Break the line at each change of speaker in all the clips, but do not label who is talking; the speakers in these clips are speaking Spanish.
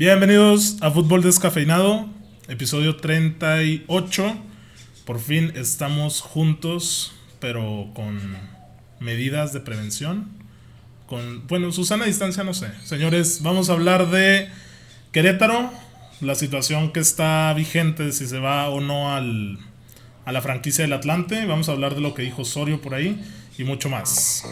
Bienvenidos a Fútbol Descafeinado, episodio 38. Por fin estamos juntos, pero con medidas de prevención. Con, bueno, Susana distancia, no sé. Señores, vamos a hablar de Querétaro, la situación que está vigente, si se va o no al, a la franquicia del Atlante. Vamos a hablar de lo que dijo Osorio por ahí y mucho más.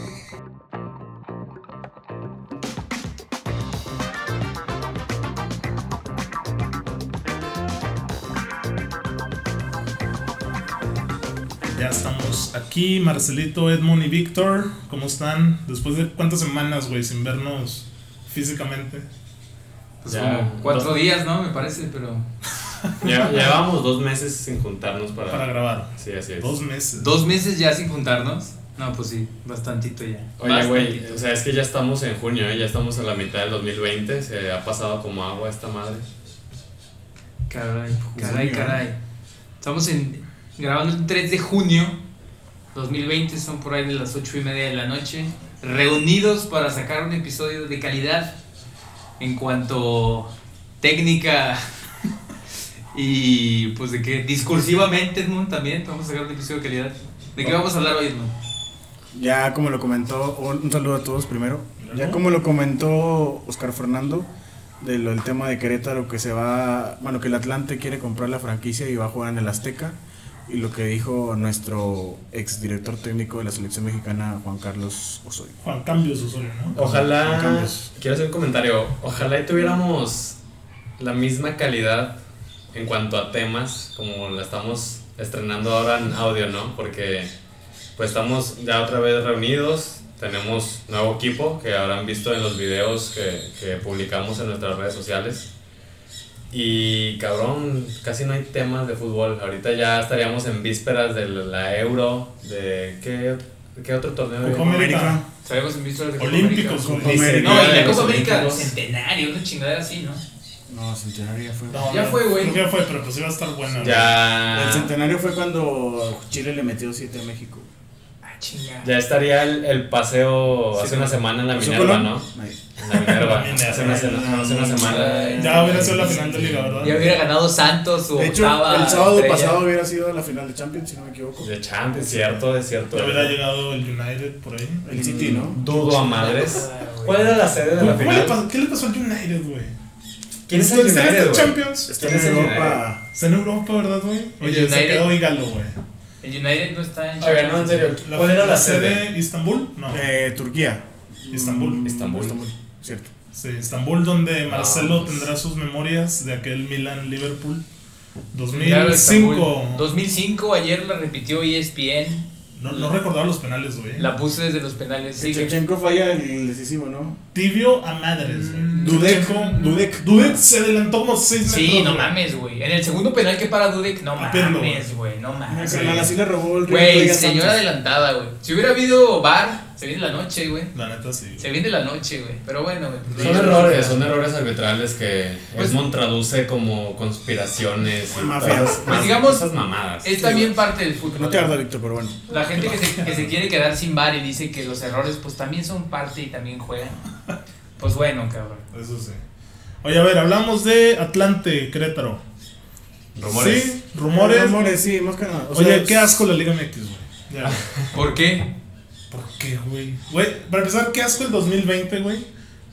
Ya estamos aquí, Marcelito, Edmond y Víctor. ¿Cómo están? Después de cuántas semanas, güey, sin vernos físicamente.
Pues
Ya,
como cuatro
dos-
días, ¿no? Me parece, pero.
Ya, llevamos dos meses sin juntarnos para,
Para grabar.
Sí, así es.
Dos meses.
¿Dos meses ya sin juntarnos? No, pues sí, bastantito ya.
Oye,
Bastantito.
güey, o sea, es que ya estamos en junio, ¿eh? ya estamos en la mitad del 2020, se ha pasado como agua esta madre.
Caray, caray,
Junio.
caray. Estamos en, grabando el 3 de junio 2020, son por ahí de las 8 y media de la noche, reunidos para sacar un episodio de calidad en cuanto técnica y pues de que discursivamente, Edmund, también vamos a sacar un episodio de calidad. ¿De qué vamos a hablar hoy, Edmund?
Ya como lo comentó, un, un saludo a todos primero. Ya como lo comentó Oscar Fernando, de lo- del tema de Querétaro que se va, bueno, que el Atlante quiere comprar la franquicia y va a jugar en el Azteca. Y lo que dijo nuestro exdirector técnico de la selección mexicana, Juan Carlos Osorio.
Juan Cambios Osorio, ¿no?
Con
Ojalá,
cambios.
quiero hacer un comentario, ojalá y tuviéramos la misma calidad en cuanto a temas como la estamos estrenando ahora en audio, ¿no? Porque pues estamos ya otra vez reunidos, tenemos nuevo equipo que habrán visto en los videos que, que publicamos en nuestras redes sociales. Y cabrón, casi no hay temas de fútbol. Ahorita ya estaríamos en vísperas de la Euro, de qué, qué otro torneo.
Copa
había?
América.
Sabemos en vista de Copa
Olímpicos,
América.
güey.
Copa América.
No, y la Copa
Los
América
Olímpicos.
centenario, una chingadera así, ¿no?
No, Centenario ya fue.
No,
Ya
no,
fue, güey.
creo que Ya fue, pero pues iba a estar buena.
El
Ya,
Centenario fue cuando Chile le metió 7 a México.
Ah, chingada.
ya estaría el, el paseo hace
Sí,
una
¿no?
semana en la
¿Pasó
Minerva,
Colón?
¿no?
Ahí.
En la Minerva.
Minerva.
hace, una, sema- hace una
güey.
semana.
Ya hubiera sido la final de liga, ¿verdad?
Ya hubiera ganado Santos o
De hecho,
octava
el sábado
estrella.
pasado hubiera sido la final de Champions, si no me equivoco.
De champ, es cierto, es cierto.
Ya hubiera llegado el United por ahí.
El City, ¿no?
Dudo a madres. ¿Cuál era la sede de la
¿Cómo le
final?
pasó- ¿Qué le pasó al United, güey?
¿Quién es el
¿Está en
United,
esta
güey?
Champions?
Está
¿Quién es
en
el
Europa.
Está en Europa, ¿verdad, güey?
El
Oye, se
United.
quedó Ígalo, güey.
El United no está
Ah,
en.
Oigan, no, en serio.
La-
¿Cuál era la sede?
¿Istambul? No.
Eh, Turquía.
Istambul.
Mm,
Istambul.
Cierto.
Sí, Estambul, donde Marcelo
Ah, pues.
tendrá sus memorias de aquel Milan-Liverpool
Mundial de Estambul.
2005.
2005, ayer la repitió E ESPN.
No, no recordaba los penales, güey.
La puse desde los penales. Sí, que-
Shevchenko falla el decisivo, ¿no?
Tibio a madres,
Mm.
güey.
Dudek,
Checo-
Dudek.
Dudek se adelantó como 6 metros.
sí no
güey.
mames, güey. En el segundo penal que para Dudek, no
A Pirlo,
mames, güey. No
Ah,
mames.
carnal, así le robó el
Güey,
River a
señora
Santos.
adelantada, güey. Si hubiera habido bar, se viene la noche, güey.
La neta sí. güey.
Se viene la noche, güey. Pero bueno, güey. pues,
Son
no-
errores, son errores arbitrales que
Pues-
Edmond traduce como conspiraciones y
Mafias.
todas
Pues
más-
digamos-
esas mamadas.
Es también parte del
No
fútbol.
te arda, Víctor, pero bueno.
La gente que se, que se quiere quedar sin bar y dice que los errores pues también son parte y también juegan. Pues bueno, cabrón.
Eso sí. Oye, a ver, hablamos de Atlante, Querétaro.
Rumores.
Sí, rumores.
Rumores, sí, más que nada. O
Oye,
sea,
qué asco la Liga MX, güey. Ya.
¿Por qué?
¿Por qué, güey? Güey, para empezar, qué asco el 2020, güey.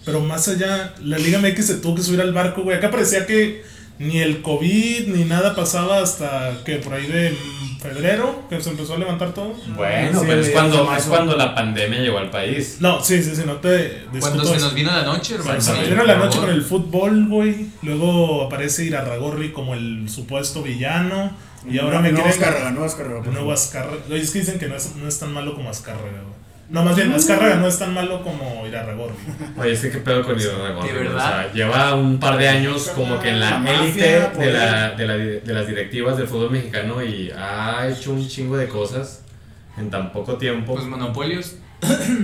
Pero más allá, la Liga MX se tuvo que subir al barco, güey. Acá parecía que ni el COVID ni nada pasaba hasta que por ahí de mm, febrero, que se empezó a levantar todo.
Bueno,
Sí,
pero es
ya
cuando,
se
es
pasó.
cuando la pandemia llegó al país.
No, sí, sí, sí, no te discuto.
Cuando se
eso.
nos vino la noche, hermano.
Se nos vino la noche con el fútbol, güey. Luego aparece Irarragorri como el supuesto villano. Y ahora
no,
me
no,
quieren.
Azcárraga, no, Azcárraga,
De
por
nuevo
favor.
Azcárraga. Oye, Es que dicen que no es, no es tan malo como Azcárraga, güey. No, más
Mm.
bien, Azcárraga no es tan malo como Irarragorri.
Oye, es que qué pedo con Irarragorri.
¿De
güey?
verdad?
O sea, lleva un par de años como que en la
La mafia,
élite de,
poder.
la, de, la- de las directivas del fútbol mexicano y ha hecho un chingo de cosas en tan poco tiempo
Pues monopolios,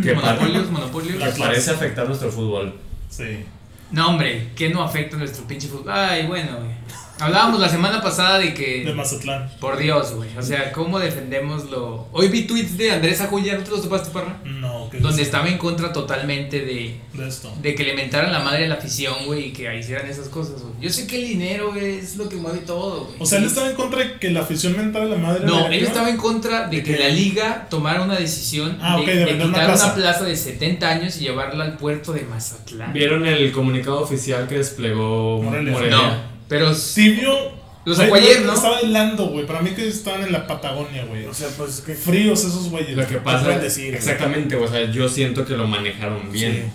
que, par-
monopolios,
que
monopolios.
parece afectar nuestro fútbol.
Sí.
No, hombre, ¿qué no afecta a nuestro pinche fútbol? Ay, bueno, güey. Hablábamos la semana pasada de que.
De Mazatlán.
Por Dios, güey. O sea, ¿cómo defendemos lo.? Hoy vi tweets de Andrés Ajuya, ¿no te los topaste, parra?
No, que
Donde estaba en contra totalmente de,
De esto.
de que le mentaran la madre a la afición, güey, y que hicieran esas cosas, güey. Yo sé que el dinero es lo que mueve todo, güey.
O sea, él estaba en contra de que la afición mental de la madre.
No,
era
él
yo.
estaba en contra de que la liga tomara una decisión
Ah, ok, de
de,
vender una
quitar
plaza.
una plaza de 70 años y llevarla al puerto de Mazatlán.
¿Vieron el comunicado oficial que desplegó
Morelia.
Morelia?
No, pero sí.
Tibio.
Los
güey,
aguayer, ¿no?
Estaba helando, güey. Para mí que estaban en la Patagonia, güey.
O sea, pues que
Fríos esos güeyes.
Lo que
pueden
pasa
decir, güey.
exactamente, o sea, yo siento que lo manejaron bien.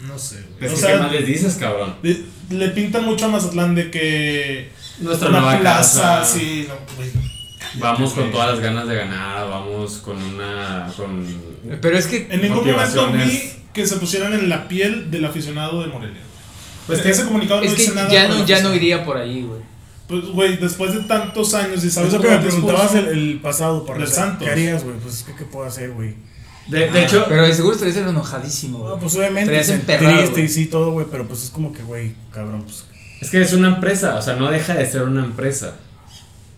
No sé, güey.
Pues
O
es que, ¿qué
sea,
más les dices, cabrón?
le, le pintan mucho a Mazatlán de que.
Nuestra
una
nueva
plaza,
casa.
sí. no, güey.
Vamos con todas las ganas de ganar, vamos con una con
Pero es que
En ningún momento vi
Motivaciones.
que se pusieran en la piel del aficionado de Morelia. Pues
Pues
que
que-
ese comunicado no
es que
dice nada.
ya
para
no,
la
ya
afición.
no iría por ahí, güey.
Pues, güey, después de tantos años y sabes
¿Sabes lo que
cómo
me
te
preguntabas el,
expuso?
el pasado, por
Del Santos.
¿Qué harías, güey? Pues ¿qué, qué puedo hacer, güey?
De, de hecho,
Ah, Pero de seguro estaría enojadísimo,
No,
güey.
pues obviamente
Estarías
se-
emperrado,
triste
güey.
y sí todo, güey, pero pues es como que, güey, cabrón, pues
es que es una empresa, o sea, no deja de ser una empresa.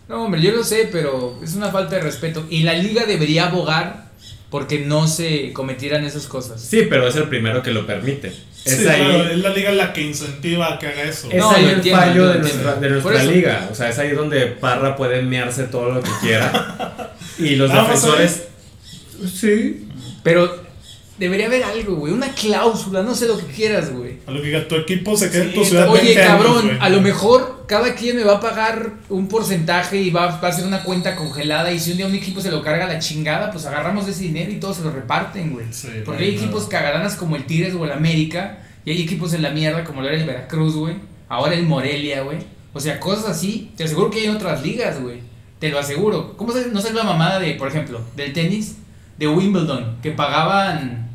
No, hombre, yo lo sé, pero es una falta de respeto. Y la liga debería abogar porque no se cometieran esas cosas.
Sí, pero es el primero que lo permite. Es
Sí,
ahí
claro, es la liga la que incentiva a que haga eso.
Es
No,
ahí
lo
el
entiendo,
fallo
lo
de
entiendo.
nuestra, de
Por
nuestra
eso.
liga. O sea, es ahí donde Parra puede mearse todo lo que quiera. y los
Vamos a
defensores. Sí.
Pero debería haber algo, güey. Una cláusula, no sé lo que quieras, güey.
A lo que diga, tu equipo se queda en tu
Sí,
ciudad.
Oye,
20 años,
cabrón,
güey.
a lo mejor cada quien me va a pagar un porcentaje y va, va a ser una cuenta congelada. Y si un día un equipo se lo carga la chingada, pues agarramos ese dinero y todos se lo reparten, güey.
Sí,
Porque
no,
hay equipos
no.
cagadanas como el Tigres o el América. Y hay equipos en la mierda como lo era el Veracruz, güey. Ahora el Morelia, güey. O sea, cosas así. Te aseguro que hay en otras ligas, güey. Te lo aseguro. ¿Cómo se, no sé la mamada de, por ejemplo, del tenis? De Wimbledon. Que pagaban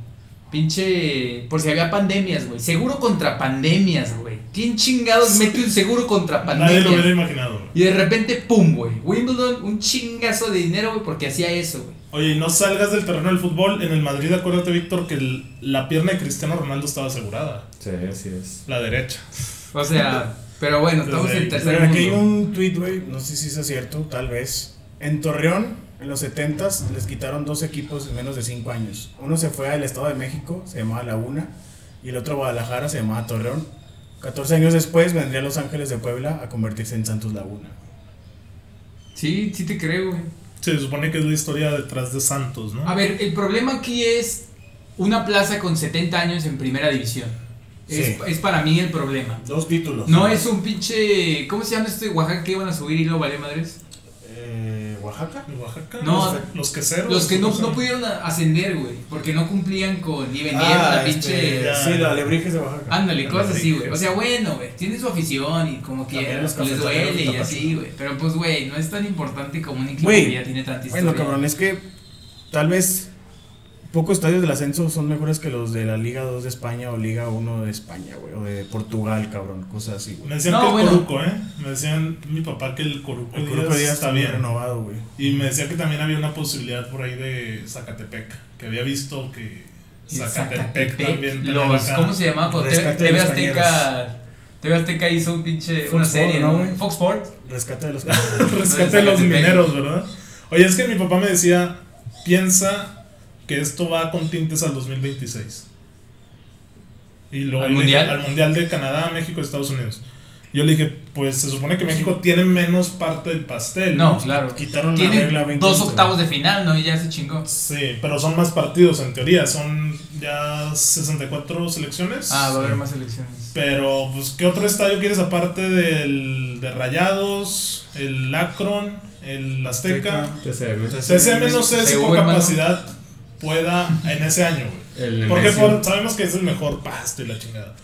pinche... Por si había pandemias, güey. Seguro contra pandemias, güey. ¿Quién chingados mete un seguro contra
Nadie lo hubiera
pandemias?
imaginado, güey.
Y de repente, pum, güey. Wimbledon, un chingazo de dinero, güey, porque hacía eso, güey.
Oye, y no salgas del terreno del fútbol. En el Madrid, acuérdate, Víctor, que el- la pierna de Cristiano Ronaldo estaba asegurada.
Sí, así es.
La derecha.
O sea, pero bueno, estamos
Desde
en
ahí.
tercer
Pero
mundo.
aquí hay un tweet, güey, no sé si es cierto, tal vez. En Torreón, en los 70s, les quitaron dos equipos en menos de 5 años. Uno se fue al Estado de México, se llamaba Laguna, y el otro a Guadalajara, se llamaba Torreón. 14 años después vendría Los Ángeles de Puebla a convertirse en Santos Laguna.
Sí, sí te creo, güey.
Se supone que es la historia detrás de Santos, ¿no?
A ver, el problema aquí es una plaza con 70 años en primera división.
Sí.
Es, es para mí el problema.
Dos títulos. Eh,
No es un pinche. ¿Cómo se llama este de Oaxaca que iban a subir y lo valió madres?
Eh, ¿Oaxaca?
¿En Oaxaca?
No.
los, los queseros.
Los que no,
sé.
no pudieron a- ascender, güey. Porque no cumplían con. Ni vendían la pinche.
este, sí, la Alebrijes de Oaxaca.
Ándale, cosas así, güey.
Alebrijes.
O sea, bueno, güey. Tiene su afición y como quiera.
los
Les
cafetaleros
duele
de
y
Tapachula.
así, güey. Pero pues, güey, no es tan importante como un equipo
Güey,
que ya tiene tanta historia.
Bueno, cabrón, es que tal vez pocos estadios del ascenso son mejores que los de la Liga 2 de España o Liga 1 de España, güey, o de Portugal, cabrón, cosas así, güey.
Me decían
No,
que el
bueno.
Coruco, ¿eh? Me decían mi papá que el Coruco,
El
Díaz
Coruco Díaz
está bien.
renovado, güey.
Y me decía que también había una posibilidad por ahí de Zacatepec. Que había visto que
Y
Zacatepec, también tenía
Los,
acá.
¿Cómo se llamaba? Cuando TV,
Rescate de
TV
los
Azteca. TV Azteca hizo un pinche.
Fox
una
Sport,
serie,
¿no,
¿no?
güey?
Fox Sport.
Rescate de los
Rescate de los mineros, ¿verdad? Oye, es que mi papá me decía, piensa que esto va con tintes al 2026. Y luego
¿Al
le dije,
mundial?
al mundial de Canadá, México, Estados Unidos. Yo le dije, pues se supone que México tiene menos parte del pastel.
No, claro.
Quitaron la regla
Tiene
20.
dos octavos de final, ¿no? Y ya se chingó.
Sí, pero son más partidos en teoría, son ya 64 selecciones.
Ah, va a haber más elecciones.
Pero, pues, ¿qué otro estadio quieres aparte del de Rayados, el Akron, el Azteca?
TCM.
CSM no sé si con
Según, hermano.
capacidad pueda en ese año, güey.
El
Porque
Nemesio.
por- sabemos que es el mejor pasto y la chingada.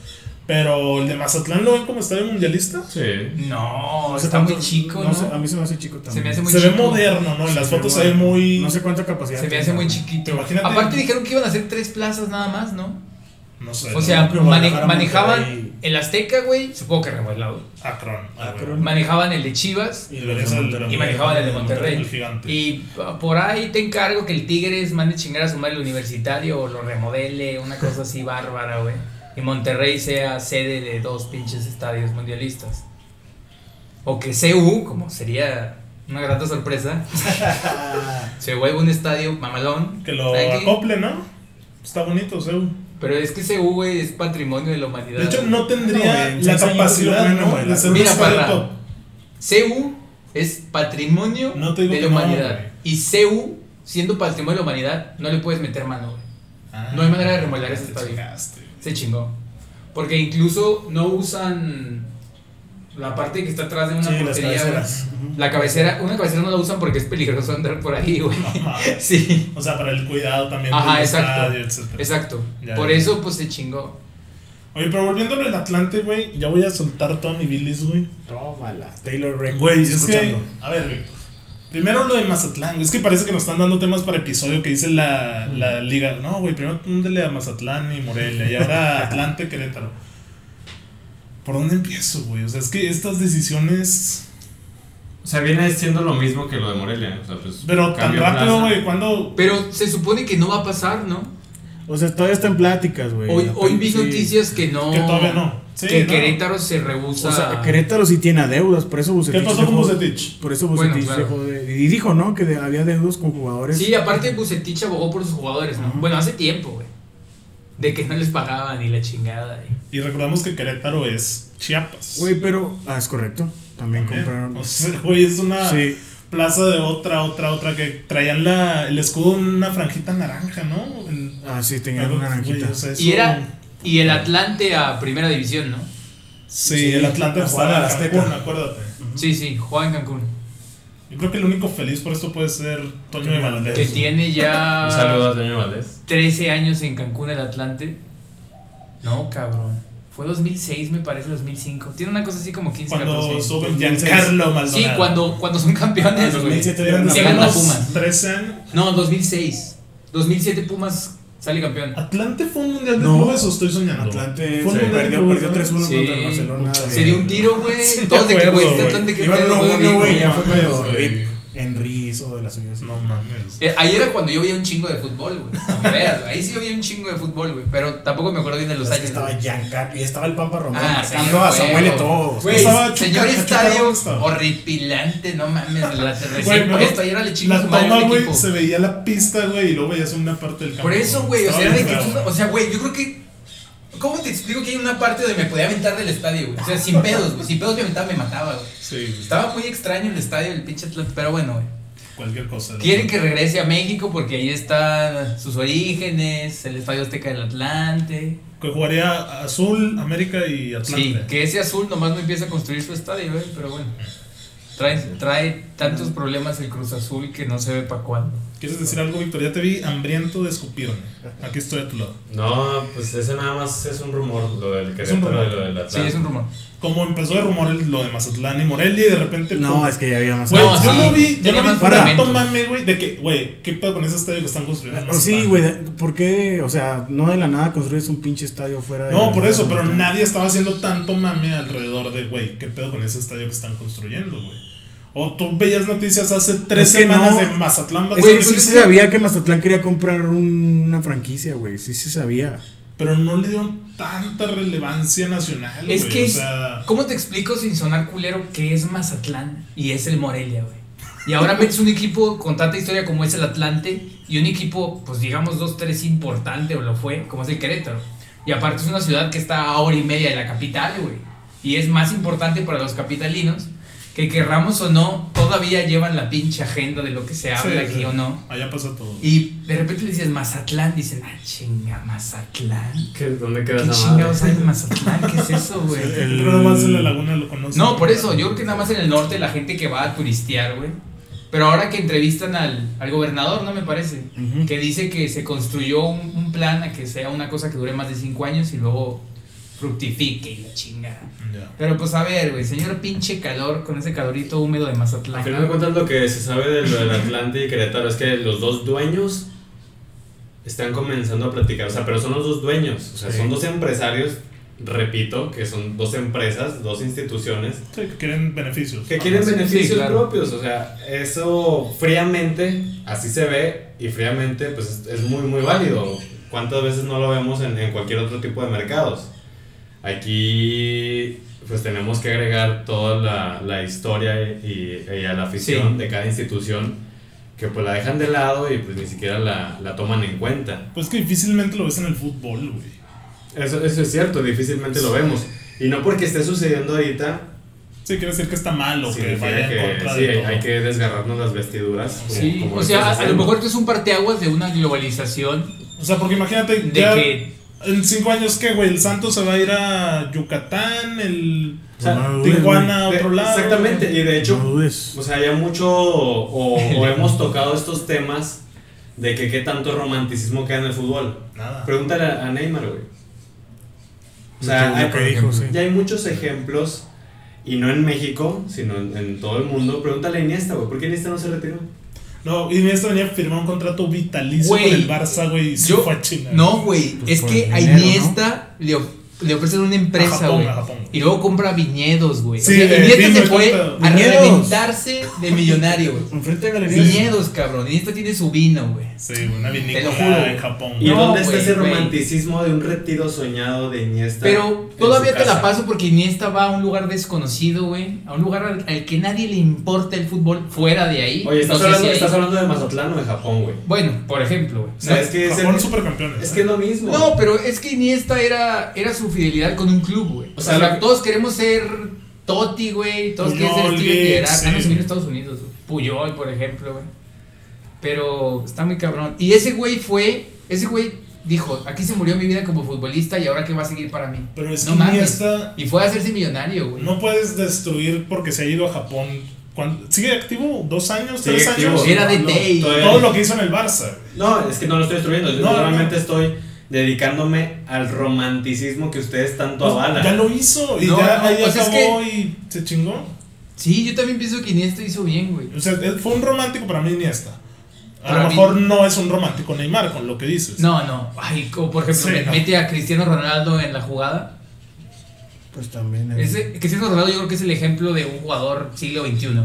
Pero el de Mazatlán lo ven como estadio mundialista.
Sí.
No,
No sé
está
cuánto-
muy chico,
sé, a
¿no?
mí se me hace chico también.
Se me hace muy
se ve
chico.
moderno, ¿no? En las
Se me
fotos
hace
hay muy.
No sé cuánta capacidad.
Se me
tenga,
hace muy
güey.
chiquito.
Imagínate-
Aparte dijeron que iban a hacer tres plazas nada más, ¿no?
no sé,
O sea,
pero
mane-
Guadalajara,
manejaban
Monterrey.
el Azteca, güey. Supongo que remodelado.
Akron. ah, güey.
Akron.
Manejaban el de Chivas.
Y debería ser el de la-
Y manejaban el de
El
Monterrey.
gigante.
Y ah, por ahí te encargo que el Tigres mande chingar a su madre el universitario o lo remodele, una cosa así bárbara, güey. Y Monterrey sea sede de dos pinches estadios mundialistas. o que CU, como sería una grata sorpresa, se vuelva un estadio mamalón.
Que lo
tranqui,
acople, ¿no? Está bonito, Seu.
Pero es que CU, güey, es patrimonio de la humanidad.
De hecho, no
No,
tendría
güey, en
la
seis años sí
capacidad
lo pueden
¿no? de ser un
Mira,
estadio
parra.
top.
CU es patrimonio
No te digo
de la
que no,
humanidad.
güey.
y CU, siendo patrimonio de la humanidad, no le puedes meter mano, güey. No hay manera de remodelar ese
Te
estadio.
chingaste.
Se chingó. Porque incluso no usan la parte que está atrás de una
Sí, las
portería. güey.
cabeceras. Ujú.
La cabecera, una cabecera no la usan porque es peligroso andar por ahí, güey.
Ajá.
Sí,
O sea, para el cuidado también
Ajá,
del
exacto.
estadio, etcétera.
exacto.
Ya,
por
ya.
eso, pues se chingó.
Oye, pero volviendo al Atlante, güey, ya voy a soltar toda mi bilis, güey.
Tómala. Taylor Ray.
Güey, es que,
escuchando.
a ver, güey. Primero lo de Mazatlán, güey, es que parece que nos están dando temas para episodio que dice la, la liga. No, güey, primero póndele a Mazatlán y Morelia y ahora Atlante Querétaro. ¿Por dónde empiezo, güey? O sea, es que estas decisiones.
O sea, viene siendo lo mismo que lo de Morelia. O sea, pues,
Pero tan
cambió
rápido,
plaza.
güey, cuando.
Pero se supone que no va a pasar, ¿no?
O sea, todavía está en pláticas, güey.
Hoy, hoy vi
pues, Sí.
noticias que no.
Que todavía no. Sí,
que
no.
Querétaro se rehúsa.
O sea, Querétaro sí tiene adeudos, por eso Bucetich.
¿Qué
se
pasó con
jode-
Bucetich?
Por eso
Bueno,
Bucetich
claro.
se jode. Y dijo, ¿no? Que de- había adeudos con jugadores.
Sí, aparte Bucetich abogó por sus jugadores, ¿no? Bueno, hace tiempo, güey. De que no les pagaban y la chingada. y-
Y recordamos que Querétaro es Chiapas.
Güey, pero. Ah, es correcto. También
¿eh?
compraron.
O sea, güey, es una
Sí.
plaza de otra, otra, otra que traían la, el escudo en una franjita naranja, ¿no? En-
Ah, sí, tenían
Algo,
una naranjita.
güey, o sea, eso-
Y era. Y el Atlante a primera división, ¿no?
Sí,
Sí,
el Atlanta
la
estaba en
jugada de
Cancún,
Azteca.
acuérdate.
Sí, sí, juega en Cancún.
Yo creo que el único feliz por esto puede ser Toño de Valadez.
Que tiene
Un saludo
ya
a Toño Valdés.
13 años en Cancún, el Atlante. No, cabrón. Fue 2006, me parece, 2005. Tiene una cosa así como 15,
Pues
Cuando
14.
suben Giancarlo Maldonado.
Sí, cuando, cuando son
En
campeones, güey.
2007 dieron la
Se gana
mano.
Unos
Pumas.
13 años.
No, 2006. 2007 Pumas sale campeón.
¿Atlante fue un mundial de
No.
clubes o estoy soñando?
Atlante
Fue un
se
mundial de
perdió,
clubes,
perdió
¿no?
3-1
Sí.
contra el Barcelona. de-
Se dio un tiro, güey.
Sí,
Todos de
me
que, güey,
acuerdo,
este
güey.
Atlante que
Iban
pedo,
1-1, güey. Ya fue
güey.
medio
Güey.
Enriz o de las suyas.
No mames.
Eh, Ahí era cuando yo veía un chingo de fútbol, güey. No me veas, güey. Ahí sí yo veía un chingo de fútbol, güey. Pero tampoco me acuerdo bien de los
Es que
años.
estaba
güey.
Giancarlo y estaba el Pampa Romero
Ah,
marcando a
señor,
Samuel
güey.
Eto'o.
Güey,
Estaba
señor
Chuca-
estadio
Chuca- Chuca-
horripilante, no mames. La
Güey,
recién
¿no?
puesta y era le chingo
La
su madre
toma,
al
güey,
equipo.
se veía la pista, güey, y luego veías una parte del campo.
Por eso, güey, o
Estaba
sea, era de
bien
que
raro.
tú- o sea, güey, yo creo que ¿Cómo te explico que hay una parte donde me podía aventar del estadio, güey? O sea, sin pedos, güey. Sin pedos me aventaba, me mataba, güey.
Sí, güey,
Estaba muy extraño el estadio, el pinche Atlante, pero bueno, güey.
cualquier cosa.
Quieren que regrese a México porque ahí están sus orígenes, el Estadio Azteca del Atlante.
Que jugaría Azul, América y Atlante.
Sí, que ese azul nomás no empieza a construir su estadio, güey, pero bueno. Trae, trae tantos problemas el Cruz Azul que no se ve para cuándo.
¿Quieres decir algo, Víctor? Ya te vi hambriento de escupirme. Aquí estoy a tu lado.
No, pues ese nada más es un rumor, lo del
Es un
Querétaro y
rumor.
lo del
Sí,
Atlante.
es un rumor.
Como empezó de rumor el- lo de Mazatlán y Morelia y de repente. pum.
No, es que ya había más.
Güey,
No,
yo
sí.
no vi, yo
Tenía
no vi
más
tanto
fundamentos.
mame, güey, de que, güey, ¿qué pedo con ese estadio que están construyendo? en
O sí,
Mazatlán?
güey, de- ¿por qué? O sea, no de la nada construyes un pinche estadio fuera de.
No, por eso, pero nadie estaba haciendo tanto mame alrededor de, güey, ¿qué pedo con ese estadio que están construyendo, güey? O tú veías noticias hace tres
Es que
semanas
no.
de Mazatlán,
Es
Mazatlán,
que sí
pero-
se sabía que Mazatlán quería comprar un- una franquicia, güey. Sí se sabía.
pero no le dieron tanta relevancia nacional,
Es
güey,
que,
o sea,
¿cómo te explico sin sonar culero que es Mazatlán y es el Morelia, güey? Y ahora metes un equipo con tanta historia como es el Atlante y un equipo, pues digamos, dos, tres importante o lo fue, como es el Querétaro. Y aparte es una ciudad que está a hora y media de la capital, güey. Y es más importante para los capitalinos que querramos o no, todavía llevan la pinche agenda de lo que se habla
Sí,
aquí
sí.
o no.
allá pasa todo.
Y de repente le dices Mazatlán, dicen, ah, chinga, Mazatlán.
¿Qué- ¿Dónde
¿Qué
queda esa madre?
chingados hay en Mazatlán? ¿Qué es eso, güey?
el... Nada más en la laguna lo conoce.
No, por eso, yo creo que nada más en el norte la gente que va a turistear, güey. Pero ahora que entrevistan al, al gobernador, no me parece,
Ujú.
que dice que se construyó un, un plan a que sea una cosa que dure más de cinco años y luego fructifique y la chingada.
Ya.
Pero pues a ver, güey, señor pinche calor con ese calorito húmedo de Mazatlán.
Al final de cuentas, lo que se sabe de lo del Atlante y Querétaro es que los dos dueños están comenzando a platicar. O sea, pero son los dos dueños. O sea,
Sí.
son dos empresarios, repito, que son dos empresas, dos instituciones
Sí, que quieren beneficios.
que quieren
sí,
beneficios
claro.
propios. O sea, eso fríamente, así se ve y fríamente, pues es, es muy, muy válido. ¿Cuántas veces no lo vemos en, en cualquier otro tipo de mercados? Aquí pues tenemos que agregar toda la, la historia y, y a la afición
Sí.
de cada institución que pues la dejan de lado y pues ni siquiera la, la toman en cuenta.
Pues que difícilmente lo ves en el fútbol, güey.
Eso, eso es cierto, difícilmente lo vemos. Y no porque esté sucediendo ahorita,
Sí, quiere decir que está malo, que
significa
vaya en
que
contra
sí,
de
hay,
todo.
hay que desgarrarnos las vestiduras. como-
Sí,
como
o sea,
estás
a, a lo
haciendo.
mejor que es un parteaguas de una globalización
O sea, porque imagínate,
de
ya
que
en cinco años, ¿qué, güey? El Santos se va a ir a Yucatán, el
O sea,
No dudes,
Tijuana a
de-
otro lado.
Exactamente, y de
güey.
hecho
No dudes.
O sea, ya mucho o, o hemos tocado estos temas de que qué tanto romanticismo queda en el fútbol.
Nada.
Pregúntale a, a Neymar, güey. O
Lo
sea,
que- lo
hay-
que dijo, sí.
ya hay muchos ejemplos, y no en México, sino en, en todo el mundo. Pregúntale a Iniesta, güey. ¿Por qué Iniesta no se retiró?
No, y Iniesta venía a firmar un contrato vitalicio
Güey,
con el Barça, güey, y se
yo-
fue a China.
No, güey,
Pues
es
por
que a
dinero, ¿no?
Iniesta le, of- le ofrecen una
A
empresa,
Japón,
güey.
a Japón.
Y luego compra viñedos, güey. O
Sí,
sea,
eh,
Iniesta
vino
se
y
fue
compra-
a
¡Viñedos!
reventarse de millonario, güey.
Enfrente de galerías.
Viñedos, cabrón. Iniesta tiene su vino, güey.
Sí, una
Te lo juro.
vinícola en Japón.
¿Y
güey.
No,
dónde está
güey,
ese
güey.
romanticismo de un retiro soñado de Iniesta?
Pero
en
todavía
su
te la
casa?
paso porque Iniesta va a un lugar desconocido, güey. A un lugar al, al que nadie le importa el fútbol fuera de ahí.
Oye, estás,
No sé
hablando,
si hay-
estás hablando de Mazatlán o de Japón, güey.
Bueno, por ejemplo, güey.
O sea, es que es,
Japón
el-
supercampeones.
es
¿eh?
que es lo mismo.
No, pero es que Iniesta era, era su fidelidad con un club, güey.
O
O sea,
sea, lo que-
todos queremos ser Totti, güey. Todos quieren ser
Puyol,
Steven Gerrard.
sí.
Ah, no, se vino a Estados Unidos. güey. Puyol, por ejemplo, güey. Pero está muy cabrón. Y ese güey fue, ese güey dijo, aquí se murió mi vida como futbolista y ahora qué va a seguir para mí.
Pero es
No
que
mames.
Iniesta
Y fue a hacerse millonario, güey.
no puedes destruir porque se ha ido a Japón. ¿Cuán- ¿Sigue activo? ¿Dos años?
Sigue
¿Tres
activo.
años?
Era de
No,
Tei.
todavía-
Todo lo que hizo en el Barça. güey.
No, es que no lo estoy destruyendo. Yo
No,
solamente
no.
estoy dedicándome al romanticismo que ustedes tanto
Pues,
avalan.
ya lo hizo y
No,
ya
no,
ahí
o sea, es
acabó y se chingó.
Sí, yo también pienso que Iniesta hizo bien, güey.
O sea, él fue un romántico para mí Iniesta. A
Para
lo
mí-
mejor no es un romántico Neymar con lo que dices.
No, no. Ay, como por ejemplo,
Sí,
me-
no.
mete a Cristiano Ronaldo en la jugada.
Pues también. eh.
Ese, Cristiano Ronaldo yo creo que es el ejemplo de un jugador siglo XXI.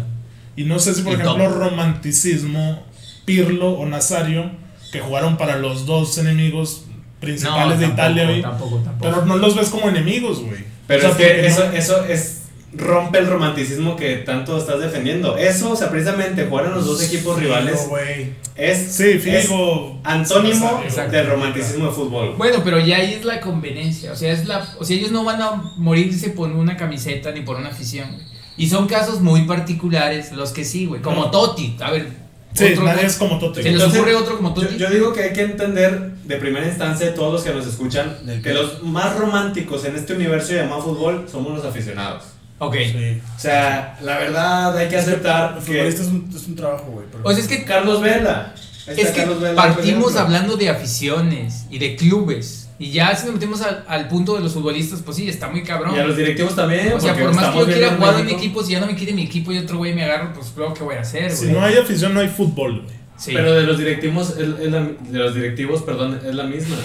Y no sé si por
Y
ejemplo
top.
romanticismo Pirlo o Nazario que jugaron para los dos enemigos principales de
tampoco,
Italia, güey.
Tampoco, tampoco.
Pero no los ves como enemigos, güey.
Pero
O sea,
es
porque
que eso,
no-
eso es rompe el romanticismo que tanto estás defendiendo. Eso, o sea, precisamente jugar en los dos equipos
No,
rivales
güey.
es,
Sí,
es
fijo.
antónimo
Exacto.
del romanticismo de fútbol.
Bueno, pero ya ahí es la conveniencia. O sea, es la, o sea, ellos no van a morirse por una camiseta ni por una afición. güey. Y son casos muy particulares los que sí, güey. Como
No.
Totti. A ver.
Sí,
otro-
nadie es como Totti.
¿Se les
Entonces,
ocurre otro como
Yo,
Totti?
yo digo que hay que entender de primera instancia todos los que nos escuchan que los más románticos en este universo llamado fútbol somos los aficionados.
ok.
Sí.
O sea, la verdad hay que aceptar
El
que
futbolista este es un, es un trabajo, güey. pero-
O sea, es que,
Carlos Vela. Ahí
es
está
que
Carlos Vela, por
partimos
ejemplo.
hablando de aficiones y de clubes. Y ya si nos metemos al, al punto de los futbolistas, pues sí, está muy cabrón.
Y a los directivos también.
O sea,
porque
por más que
estamos
yo quiera
viendo
jugar en
México.
equipo, si ya no me quiere mi equipo y otro güey me agarro, pues creo que voy a hacer, güey.
Si no hay afición, no hay fútbol, güey.
Sí.
Pero de los directivos, es, es la- de los directivos, perdón, es la misma.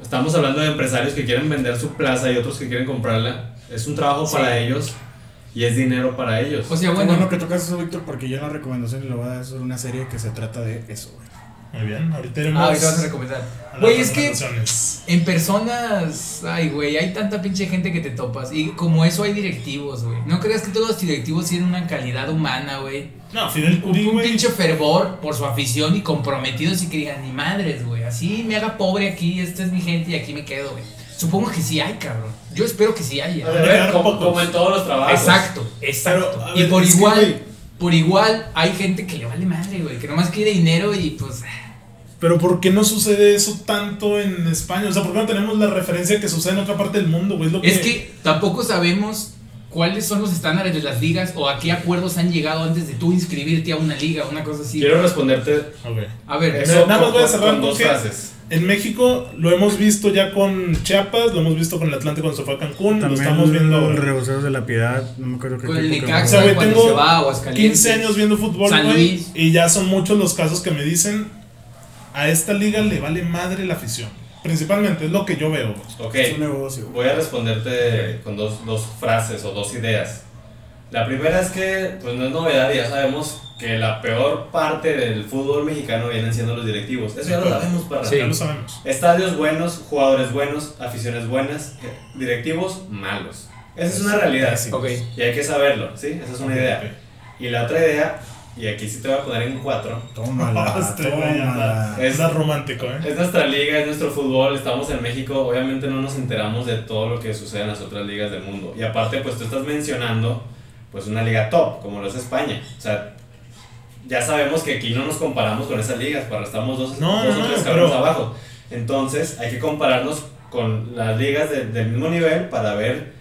Estamos hablando de empresarios que quieren vender su plaza y otros que quieren comprarla. Es un trabajo
Sí.
para ellos y es dinero para ellos.
o sea,
Qué
bueno,
bueno que tocas eso, Víctor, porque yo en la recomendación le voy a dar sobre una serie que se trata de eso, güey.
Muy bien, ahorita
ah,
iremos.
ahorita vas a recomendar.
a las
Güey, es que
recomendaciones.
en personas, ay, güey, hay tanta pinche gente que te topas. Y como eso hay directivos, güey. No creas que todos los directivos tienen una calidad humana, güey.
No, Fidel
Un,
Curi,
un
güey.
pinche fervor por su afición y comprometidos y que digan, ni madres, güey. Así me haga pobre aquí, esta es mi gente y aquí me quedo, güey. Supongo que sí hay, cabrón. Yo espero que sí haya.
A ver, como, como en todos los trabajos.
Exacto, exacto.
Pero, a
y
ver,
por
es que,
igual,
güey.
por igual hay gente que le vale madre, güey, que nomás quiere dinero y pues
Pero ¿por qué no sucede eso tanto en España? O sea, ¿por qué no tenemos la referencia que sucede en otra parte del mundo, güey? Es, lo
es que tampoco sabemos cuáles son los estándares de las ligas o a qué acuerdos han llegado antes de tú inscribirte a una liga, una cosa así.
Quiero responderte
Ok.
A ver,
Eso. Eh, nada más voy a cerrar con
dos
que-
frases.
En México lo hemos visto ya con Chiapas, lo hemos visto con el Atlántico cuando se fue a Cancún, lo
También
estamos viendo ahora.
Reboceros de la Piedad, no me acuerdo qué
con el
equipo que
O sea,
Necaxa
güey,
cuando
tengo
se va a Aguascalientes.
15 años viendo fútbol,
San
güey,
Luis.
y ya son muchos los casos que me dicen, a esta liga le vale madre la afición. Principalmente, es lo que yo veo.
Ok.
Es un negocio, güey.
Voy a responderte con dos, dos frases o dos ideas. La primera es que, pues no es novedad, ya sabemos que la peor parte del fútbol mexicano vienen siendo los directivos. Eso ya lo sabemos para
Ya lo sabemos.
Estadios buenos, jugadores buenos, aficiones buenas, directivos malos. Esa es una realidad.
Sí.
Ok.
Y hay que saberlo, ¿sí? Esa es una idea. Y la otra idea, y aquí sí te voy a poner en cuatro,
Tómala,
Este, güey,
tómala.
anda- anda romántico, ¿eh?
Es nuestra liga, es nuestro fútbol, estamos en México, obviamente no nos enteramos de todo lo que sucede en las otras ligas del mundo. Y aparte, pues tú estás mencionando pues una liga top, como lo es España. O sea, ya sabemos que aquí no nos comparamos con esas ligas, para estamos dos,
No,
dos
no,
o tres
no,
cabrones
pero-
abajo. Entonces, hay que compararnos con las ligas de- del mismo nivel para ver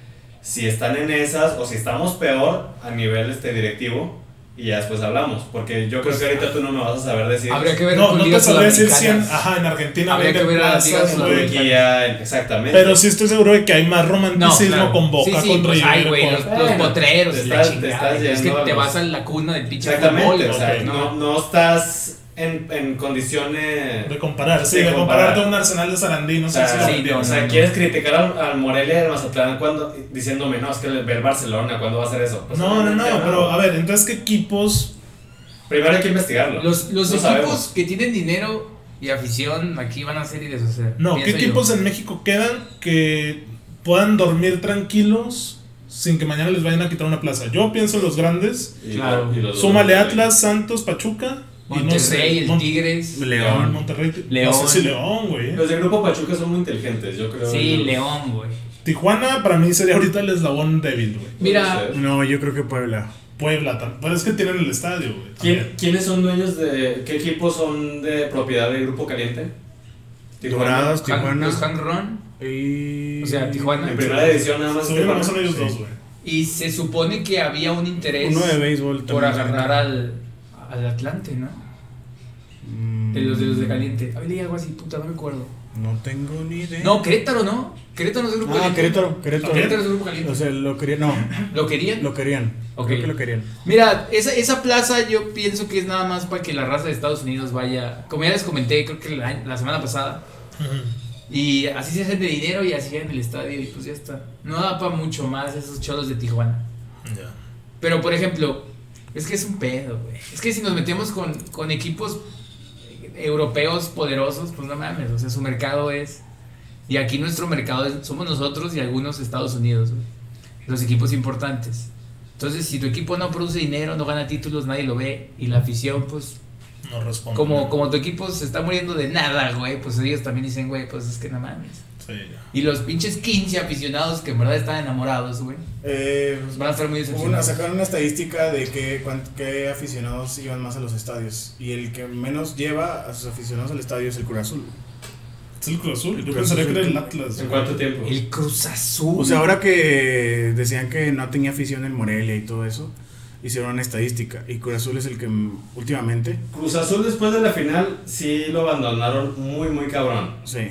si están en esas o si estamos peor a nivel este directivo. Y ya después hablamos, porque yo
Pues,
creo que ahorita tú no me vas a saber decir.
Habría que ver
No,
con
no te
ligas
sabré decir si en,
sudamericanas.
ajá, en Argentina
Habría
venden
que ver a las
plazas,
ligas
güey.
Turquía, exactamente.
Pero sí estoy seguro de que hay más romanticismo
claro.
con Boca,
Sí, sí,
con
pues,
River,
ay, güey,
con-
los, los potreros,
Te
y la
estás- te
chingada,
estás
Es que
yendo a
te
los-
vas a la cuna del pinche
Exactamente,
fútbol,
o sea,
ok,
no, no estás en, en condiciones...
De comparar, sí,
De
de, compararte
comparar.
a un Arsenal de Sarandí, no
o
sé
sea,
si lo
Ah, sí,
entiendes.
o sea,
no, no.
quieres criticar al, al Morelia y al Mazatlán cuando, diciéndome, no, es que el, el Barcelona, ¿cuándo va a hacer eso? Pues,
No, no, no,
obviamente
pero a ver, entonces, ¿qué equipos?
Primero hay que investigarlo.
Los, los
No
equipos
sabemos.
que tienen dinero y afición aquí van a ser y deshacer.
No, ¿qué
pienso yo.
equipos en México quedan que puedan dormir tranquilos sin que mañana les vayan a quitar una plaza? Yo pienso en los grandes.
Y-
Claro.
y los-
Súmale Atlas, Santos, Pachuca. y no sé,
Monterrey, el
Mon-
Tigres.
León,
León.
Monterrey.
León.
No sé si León, güey. ¿eh?
Los del Grupo Pachuca son muy inteligentes, yo creo.
Sí,
Yo-
León, güey.
Tijuana para mí sería ahorita el eslabón débil, güey.
Mira,
Mm,
No sé.
No, yo creo que Puebla.
Puebla, tam- pero es que tienen el estadio, güey.
¿Quién- ¿Quiénes son dueños de... ¿Qué equipos son de propiedad del Grupo Caliente? Tijuana.
Dorados,
Han-
Tijuana.
los Hang Ron.
Y...
O sea, Tijuana.
En primera división nada más.
Seguro nomás
Tijuana.
son ellos
Sí.
dos, güey.
Y se supone que había un interés
Uno de béisbol
por
también.
agarrar al, al Atlante, ¿no?
Mm,
De los de los de Caliente. Había algo así, puta, no me acuerdo.
No tengo ni idea.
No, Querétaro, ¿no? Querétaro no es el grupo
Ah,
caliente.
Querétaro, Querétaro.
Querétaro es el grupo caliente.
O sea, lo querían. No,
¿Lo querían?
lo querían.
Ok.
Creo que lo querían.
Mira, esa, esa plaza yo pienso que es nada más para que la raza de Estados Unidos vaya. Como ya les comenté, creo que la, la semana pasada. Y así se hacen de dinero y así llegan el estadio y pues ya está. No da para mucho más esos cholos de Tijuana.
Ya.
Pero por ejemplo, es que es un pedo, güey. Es que si nos metemos con, con equipos europeos poderosos, pues no mames. O sea, su mercado es. Y aquí nuestro mercado es- somos nosotros y algunos Estados Unidos, güey. Los equipos importantes. Entonces, si tu equipo no produce dinero, no gana títulos, nadie lo ve. Y la afición, pues,
No respondo.
como, como tu equipo se está muriendo de nada, güey, pues ellos también dicen, güey, pues es que no mames.
Sí, ya.
Y los pinches 15 aficionados que en verdad están enamorados, güey.
Eh,
Pues van a estar muy
hubo una-
decepcionados.
sacaron una estadística de que, cuán- qué aficionados iban más a los estadios. Y el que menos lleva a sus aficionados al estadio es el Cruz Azul.
Es el Cruz Azul. Yo
Cruz
pensaría que
Azul.
era el Atlas. güey.
¿En cuánto tiempo?
El Cruz Azul.
O sea, ahora que decían que no tenía afición en Morelia y todo eso, hicieron una estadística. Y Cruz Azul es el que mm, últimamente.
Cruz Azul después de la final sí lo abandonaron muy, muy cabrón.
Sí.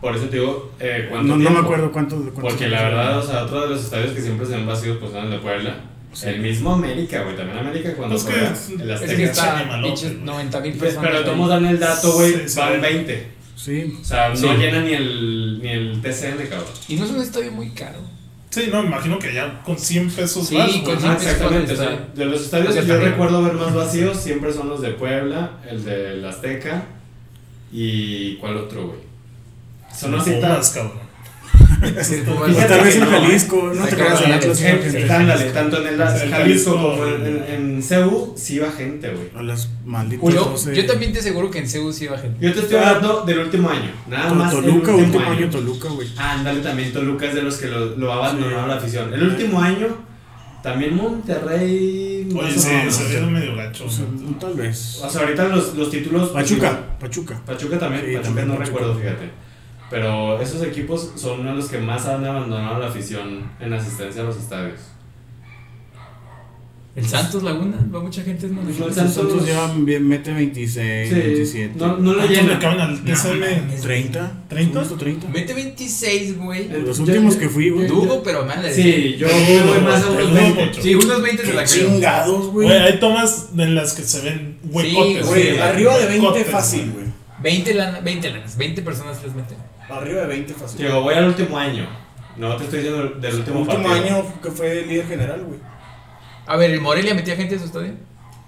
Por eso te digo, eh,
No,
¿cuánto
no me
tiempo?
acuerdo cuánto. cuánto
Porque la verdad, o sea, otro de los estadios que siempre se han vacíos, pues eran el de Puebla.
Sí.
El mismo América, güey, también América cuando
Pues que
juega
es-
el
Es
Azteca.
que
Pinche
está
animalote,
pinches
güey.
90 mil
Pues,
personas.
pero
ahí.
todos dan el dato, güey,
Sí, sí.
van 20.
Sí.
O sea,
Sí.
no llena ni el, ni el TCL, cabrón.
Y no es un estadio muy caro.
Sí, no, me imagino que ya con 100 pesos
Sí,
más. güey.
con-
Ajá, exactamente. O sea,
estadio.
de los estadios
O sea,
que yo
también.
recuerdo ver más vacíos siempre son los de Puebla, el del Azteca y ¿cuál otro, güey? Son
Los
así tan-
Pumas, cabrón.
O
Fíjate
Pues, tal vez
que
en
no,
Jalisco. No te
Se
creas
acaba
en
de-
Atlas.
Sí,
no,
sí.
gente.
Eh, Ándale, tanto en el
Sí,
Jalisco
Jalisco.
como en, en, en CEU sí iba gente, güey.
A las malditas
Yo,
12.
yo también te aseguro que en Seúl sí va gente.
Yo te estoy hablando del último año, nada
Tol-
más. eh, del
Ah. Toluca, último año Toluca, güey.
Ah, Ándale, también Toluca es de los que lo, lo abandonaron la afición. El último año, también Monterrey. más
Oye,
o
sí,
menos.
se vieron medio gacho.
O sea, mm, Tal vez.
O sea, ahorita los, los títulos. pues, digo,
Pachuca, Pachuca.
Pachuca también,
Sí,
Pachuca
también
no
Pachuca.
recuerdo, fíjate. Pero esos equipos son uno de los que más han abandonado la afición en asistencia a los estadios.
El Santos Laguna, va mucha gente. No,
Pues, los
Santos,
Santos-
llevan bien, mete 26,
Sí,
27.
no, no lo
¿Cuántos Ah, le
llenan.
caben al TSM?
30.
¿Treinta?
¿Somos o 30?
Mete 26, güey.
Eh,
Los
yo-
últimos
yo-
que fui, güey.
Dudo, pero madre.
Sí, yo yo voy más a
Te
unos
dudo
20.
mucho.
Sí, unos 20 se la
Qué
creo.
chingados, güey.
Güey, hay tomas en las que se ven huecotes.
Sí,
güey,
arriba
de 20
Huecotes,
fácil,
güey.
güey.
20 lanas, 20 lanas, 20 personas les meten.
Arriba de 20 fácil.
Digo, voy al último año. No te estoy diciendo del
El
último
último
partido.
año que fue líder general, güey.
A ver, ¿el Morelia metía gente a su estadio?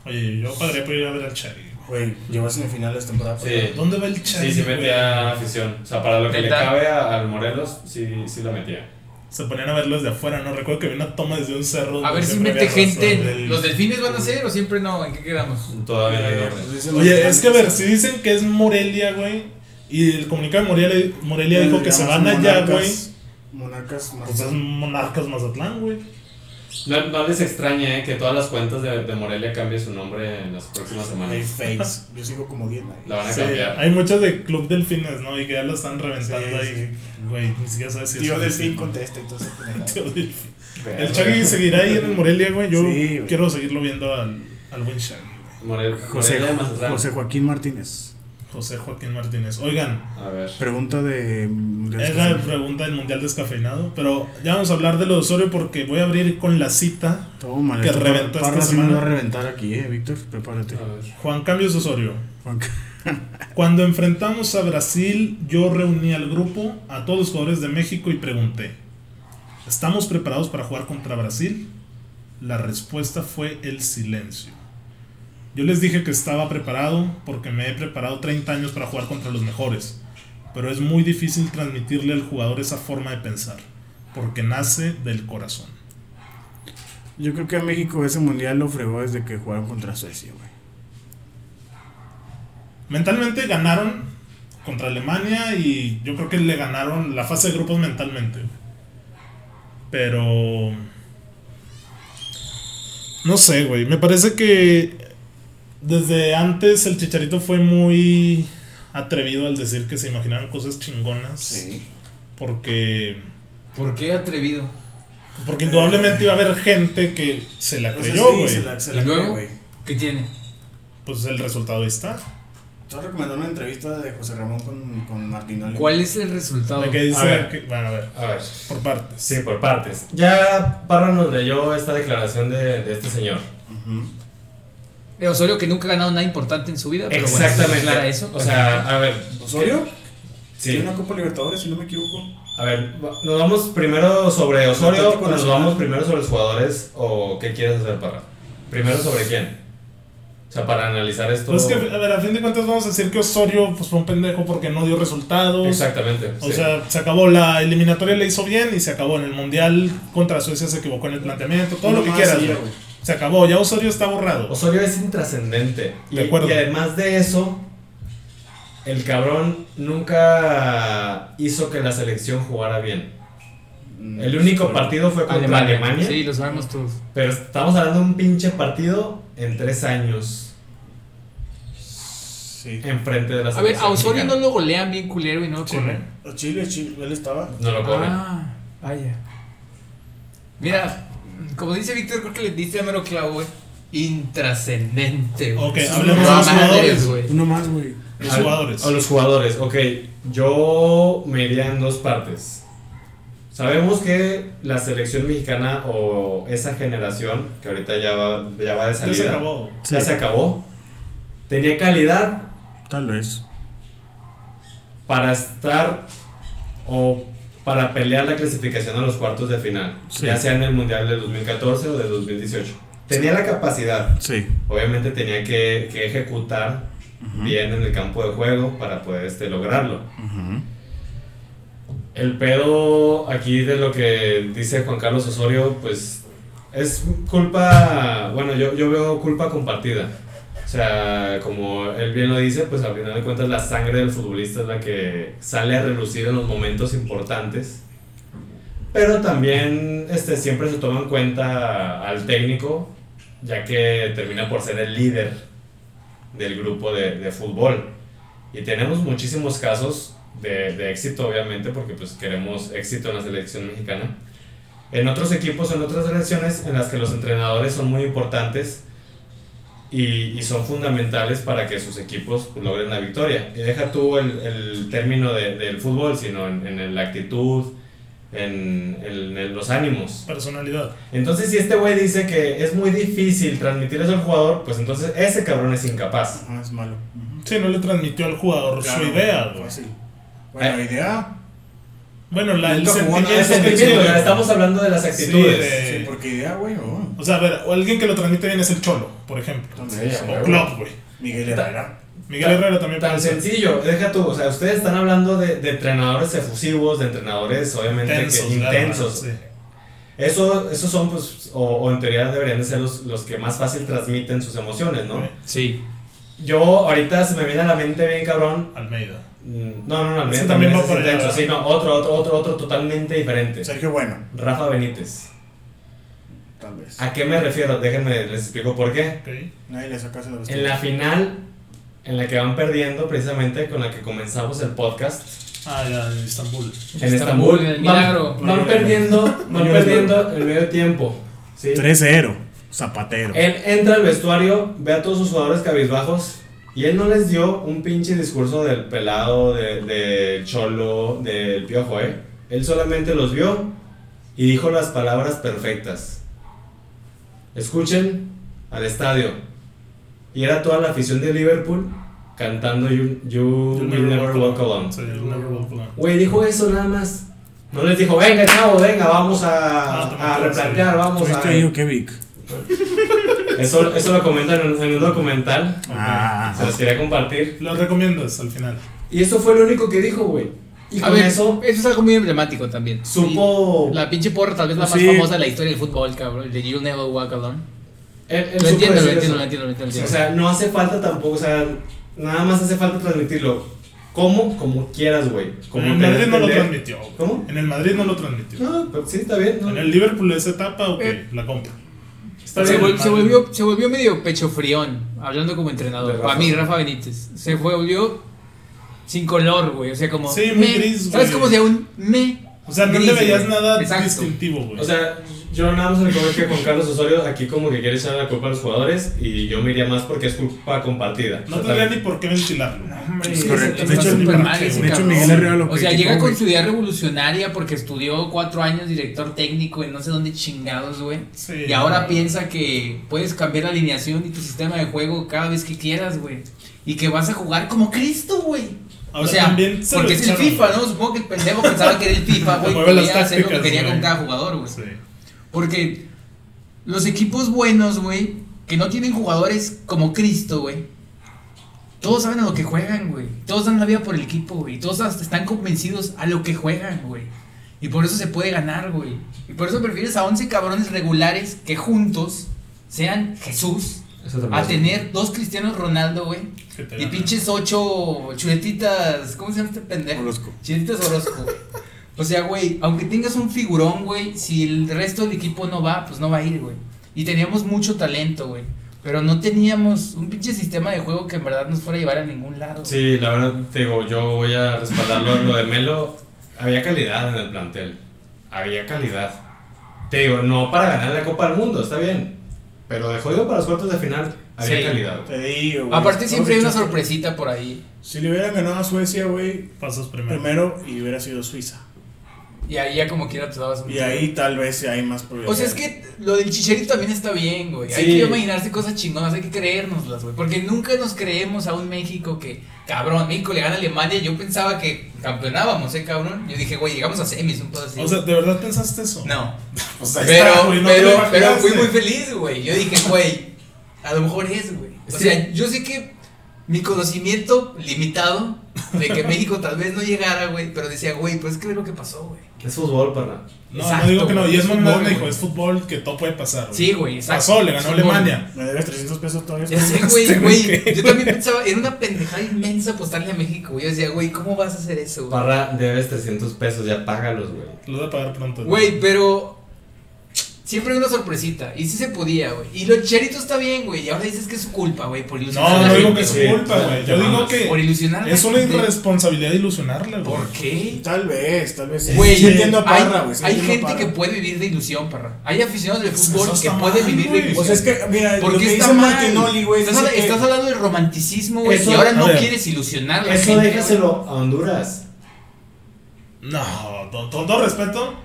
Oye, yo pagaría por ir a ver al Chari. güey.
Güey, llegó a semifinales temporada. pasada.
Sí,
¿Dónde va el Chari?
sí, sí
güey?
metía afición. O sea, para lo que le
Neta.
cabe a- al Morelos, sí, sí la metía.
Se ponían a verlos de afuera, ¿no? Recuerdo que vi una toma desde un cerro.
A
donde
ver si
siempre
mete
había raza,
gente.
güey.
¿Los delfines van a ser o siempre no? ¿En qué quedamos?
Todavía no hay
Pues
orden.
dicen-
Oye, es que a ver, si dicen que es Morelia, güey, y el comunicado de Morelia, Morelia dijo que se van
Digamos,
allá, güey,
monarcas- Monarcas,
pues es
Mazatlán.
Monarcas Mazatlán, güey.
No, no les extraña eh, que todas las cuentas de, de Morelia cambien su nombre en las próximas
Hay
semanas.
fakes. Yo sigo como 10 ahí.
La van a
Sí,
cambiar.
hay muchos de Club Delfines, ¿no? Y que ya lo están reventando
Sí,
ahí. Güey, ni siquiera sabes si
Tío
es-
Delfín contesta y todo eso.
Tío Delfín.
Pero-
El Chagui seguirá ahí en el Morelia, güey. Yo
Sí, güey.
quiero seguirlo viendo al, al buen Shaggy, güey.
Morel-
José,
Morelia, Mazatlán.
José Joaquín Martínez.
José Joaquín Martínez. Oigan,
A ver.
Pregunta de.
es la pregunta del Mundial Descafeinado, pero ya vamos a hablar de lo de Osorio porque voy a abrir con la cita.
Toma,
que
esto
reventó
Parra-
esta
Parra sí me
semana.
va a reventar aquí, eh, Víctor. Prepárate.
A ver.
Juan Cambios Osorio.
Juan-
Cuando enfrentamos a Brasil, yo reuní al grupo, a todos los jugadores de México y pregunté, ¿estamos preparados para jugar contra Brasil? La respuesta fue el silencio. Yo les dije que estaba preparado porque me he preparado 30 años para jugar contra los mejores, pero es muy difícil transmitirle al jugador esa forma de pensar, porque nace del corazón.
Yo creo que a México ese mundial lo fregó desde que jugaron contra Suecia, güey.
Mentalmente ganaron contra Alemania y yo creo que le ganaron la fase de grupos mentalmente. güey. Pero... No sé, güey. Me parece que desde antes el chicharito fue muy atrevido al decir que se imaginaban cosas chingonas. Porque...
¿Por qué atrevido?
Porque indudablemente iba a haber gente que se la
O sea,
creyó,
sí,
güey.
se la- se la
¿Y luego?
creo, güey.
¿Qué tiene?
Pues el resultado ahí está.
Estás recomendando una entrevista de José Ramón con, con Martinoli.
¿Cuál es el resultado?
De que dice
A ver.
que- bueno, a ver.
A ver.
Por partes.
Sí, por partes. Ya Parra nos leyó esta declaración de, de este señor.
Ujú.
Eh, Osorio que nunca ha ganado nada importante en su vida, pero bueno,
Exactamente.
aclara eso.
O sea, a ver.
¿Osorio?
Sí.
Tiene una Copa Libertadores, si no me equivoco.
A ver, va- nos vamos primero sobre Osorio
Atlético
o nos
Nacional.
vamos primero sobre los jugadores o qué quieres hacer Parra. Primero sobre quién. O sea, para analizar esto.
Pues que, a ver, a fin de cuentas vamos a decir que Osorio pues, fue un pendejo porque no dio resultados.
Exactamente.
pues, O
sí.
sea, se acabó la eliminatoria, le hizo bien y se acabó. En el Mundial contra Suecia se equivocó en el planteamiento, todo lo que
Nomás
quieras.
sí,
güey.
güey.
Se acabó, ya Osorio está borrado.
Osorio es intrascendente. Y,
De acuerdo.
y además de eso, el cabrón nunca hizo que la selección jugara bien. El único partido fue contra Alemania.
Mm, Sí, lo sabemos todos.
Pero estamos hablando de un pinche partido en tres años
Sí.
enfrente de la
A ver,
selección.
a Osorio no
mexicana.
lo golean bien culero y no lo
Sí.
corren.
O Chile, Chile, él estaba.
no lo corren.
Ah, vaya. Mira, como dice Víctor, creo que le diste a mero clavo, güey. Intrascendente, güey.
Ok,
Es una
hablemos de los
madre,
jugadores.
güey.
Uno más, güey.
Los
Al-
jugadores.
A los jugadores, ok. Yo me iría en dos partes. Sabemos que la selección mexicana o esa generación, que ahorita ya va, ya va de
Ya
salida,
se acabó.
ya se acabó, tenía calidad
Tal vez.
para estar o para pelear la clasificación a los cuartos de final,
Sí.
ya sea en el Mundial de 2014 o de 2018. Tenía la capacidad,
Sí.
obviamente tenía que, que ejecutar bien en el campo de juego para poder este, lograrlo.
Ujú.
El pedo aquí de lo que dice Juan Carlos Osorio, pues es culpa, bueno, yo, yo veo culpa compartida. O sea, como él bien lo dice, pues al final de cuentas la sangre del futbolista es la que sale a relucir en los momentos importantes. Pero también este, siempre se toma en cuenta al técnico, ya que termina por ser el líder del grupo de, de fútbol. Y tenemos muchísimos casos de, de éxito, obviamente, porque pues queremos éxito en la selección mexicana. En otros equipos, en otras selecciones, en las que los entrenadores son muy importantes y, y son fundamentales para que sus equipos pues, logren la victoria. Y deja tú el, el término de- del fútbol, sino en, en la actitud, en, en- en los ánimos.
Personalidad.
Entonces, si este güey dice que es muy difícil transmitir eso al jugador, pues entonces ese cabrón es incapaz.
Ajá, Ah, es malo.
Sí, no le transmitió al jugador
Claro,
su idea, güey.
Fácil. Bueno, la idea.
Bueno, la, el
Nunca jugó
sentimiento
nada.
El
Es
que
sentimiento,
tiene.
güey.
ya estamos hablando de las
Sí,
actitudes.
de-
Sí, porque idea, güey, oh. o-
O sea, a ver, o alguien que lo transmite bien es el Cholo, por ejemplo.
Entonces,
Sí,
O
güey.
Klopp, güey.
Miguel Herrera.
Miguel Herrera también
Tan
puede ser.
sencillo, deja tú, o sea, ustedes están hablando de, de entrenadores efusivos, de entrenadores obviamente que-
Intensos, claro,
intensos.
sí.
Eso, esos son, pues, o, o en teoría deberían de ser los, los que más fácil transmiten sus emociones, ¿no?
Sí.
Sí.
Yo ahorita se me viene a la mente bien cabrón.
Almeida.
mm, No, no, no,
Ese
Almeida
también
también
va
es
por allá,
intenso.
¿verdad?
Sí, no, otro, otro, otro, otro totalmente diferente.
Sergio Bueno,
Rafa Benítez.
tal vez.
¿A qué me refiero? Déjenme, les explico por qué.
Ok.
Nadie le saca los
En la final, en la que van perdiendo, precisamente con la que comenzamos el podcast,
Ah, ya, en Estambul.
en
Estambul,
Estambul,
en el milagro.
van, van perdiendo, van
llores,
perdiendo el medio tiempo. ¿sí?
3-0. Zapatero.
Él entra al vestuario, ve a todos sus jugadores cabizbajos y él no les dio un pinche discurso del pelado, de- del cholo, del piojo, ¿eh? Él solamente los vio y dijo las palabras perfectas. Escuchen al estadio. Y era toda la afición de Liverpool cantando You, you Will Never Walk Alone.
Sí, You'll Never Walk Alone.
Güey, dijo eso nada más. No les dijo, venga, chavo, venga, vamos
Ah, te
a, a
mando,
replantear,
sí.
vamos a...
¿Fuiste ahí o qué, Vic?
Eso, eso lo comentan en, en un documental.
Ah,
Se los quería compartir.
Lo recomiendas al final.
Y eso fue lo único que dijo, güey. Y
A
con
ver,
eso
eso es algo muy emblemático también.
supo. Pues
La pinche porra, tal vez la más
Sí.
famosa de la historia del fútbol, cabrón. De You Never Walk Alone.
él- él
Lo
supo
entiendo, lo
decir
entiendo,
eso.
lo entiendo, lo entiendo.
O sea, no hace falta tampoco, o sea, nada más hace falta transmitirlo. ¿Cómo? Como quieras, güey.
En
Como
el
te
Madrid no lo
entender.
transmitió. güey.
¿Cómo?
En el Madrid no lo transmitió.
No, pero sí, está bien. ¿no?
En el Liverpool esa etapa, ok, la compro. Está
Eh. se,
bien,
vol-
el
se
Madrid.
volvió, se volvió medio pecho frión, hablando como
De
entrenador.
Rafa.
Para mí, Rafa Benítez. Se volvió sin color, güey. O sea, como.
Sí, muy gris,
¿Sabes
güey.
cómo se un me?
O sea, no
gris,
le veías
güey.
nada
Exacto.
distintivo, güey.
O sea, yo nada más recuerdo que con Carlos Osorio aquí como que quiere echar la culpa a los jugadores y yo me iría más porque es culpa compartida.
no
O sea,
tendría ni por qué ventilarlo.
es correcto.
Está
De hecho,
súper
Miguel-
mal ese
de hecho,
cabrón.
Miguel Herrera lo
O sea,
criticó,
llega con
güey.
su idea revolucionaria porque estudió cuatro años director técnico en no sé dónde chingados, güey.
Sí.
Y ahora piensa que puedes cambiar la alineación y tu sistema de juego cada vez que quieras, güey. Y que vas a jugar como Cristo, güey.
Ahora
o sea,
también se lo
porque es el
echaron,
FIFA,
güey.
¿no? Supongo que el pendejo pensaba que era el FIFA, güey.
Mueve las
Podía hacer lo que
tácticas,
quería
güey.
con cada jugador, güey.
Sí.
Porque los equipos buenos, güey, que no tienen jugadores como Cristo, güey. Todos saben a lo que juegan, güey. Todos dan la vida por el equipo, güey. Todos hasta están convencidos a lo que juegan, güey. Y por eso se puede ganar, güey. Y por eso prefieres a 11 cabrones regulares que juntos sean Jesús
eso también
a
es-
tener dos Cristianos Ronaldo, güey.
Que te
Y
gana.
pinches ocho chuletitas. ¿Cómo se llama este pendejo?
Orozco.
Chuletitas Orozco. güey. O sea, güey, aunque tengas un figurón, güey, si el resto del equipo no va, pues no va a ir, güey. Y teníamos mucho talento, güey. Pero no teníamos un pinche sistema de juego que en verdad nos fuera a llevar a ningún lado.
Sí, la verdad, te digo, yo voy a respaldarlo. Lo de Melo, había calidad en el plantel. Había calidad. Te digo, no para ganar la Copa del Mundo, está bien. Pero de jodido para los cuartos de final, había
Sí.
calidad.
Te digo, güey.
Aparte siempre hay una
Todos los chicos-
sorpresita por ahí.
Si le hubieran ganado a Suecia, güey,
Pasas primero.
primero y hubiera sido Suiza.
Y ahí ya como quiera te dabas un...
Y ahí tal vez hay más
O
probabilidades.
sea, es que lo del chicharito también está bien, güey. Hay
Sí.
que imaginarse cosas chingonas, hay que creérnoslas, güey. Porque nunca nos creemos a un México que, cabrón, México le gana a Alemania. Yo pensaba que campeonábamos, ¿eh, cabrón? Yo dije, güey, llegamos a semis, un pedo así.
O sea, ¿de verdad pensaste eso?
no.
Pues ahí
Pero,
está, güey, no te lo
pero, pero
imaginaste.
fui muy feliz, güey. Yo dije, güey, a lo mejor es, güey. O
Sí.
sea, yo sé que mi conocimiento limitado de que México tal vez no llegara, güey. Pero decía, güey, pues es que ve lo que pasó, güey.
Es fútbol, para
No,
Exacto,
no digo que no.
güey,
Y es
es
mamón,
fútbol,
me dijo,
güey.
es fútbol que todo puede pasar.
Sí, güey, exacto.
Pasó, le ganó
Fútbol.
Alemania.
Me debes 300 pesos todavía.
Ya sé,
Este
güey,
güey
güey. Yo también pensaba, era una pendejada inmensa apostarle a México, güey. Yo decía, güey, ¿cómo vas a hacer eso, güey?
Parra, debes 300 pesos, ya págalos, güey.
Lo voy a pagar pronto.
Güey, pero siempre hay una sorpresita. Y sí se podía, güey. Y lo cherito está bien, güey. Y ahora dices que es su culpa, güey, por ilusionar a
No,
la
no digo
gente,
que es
Sí,
su culpa, güey. Yo
te
digo
mamas.
Por
que
ilusionar a la
es una
gente.
irresponsabilidad ilusionarla, güey.
¿Por qué?
Tal vez, tal vez.
Güey,
sí entiendo a Parra,
hay,
güey. sí
hay
entiendo a
gente
Parra.
que puede vivir de ilusión, parra. Hay aficionados del
Eso
fútbol que
está
pueden
mal,
vivir de
güey.
ilusión.
O sea, Pues es que, mira,
¿Por
lo
qué
que
está
dice
mal?
Martinoli, güey.
estás,
dice
habla-
que-
estás hablando del romanticismo, güey.
Eso-
Y ahora no
a ver.
quieres ilusionar a Ah, la
Eso
gente, güey.
déjaselo a Honduras.
No, con con todo respeto.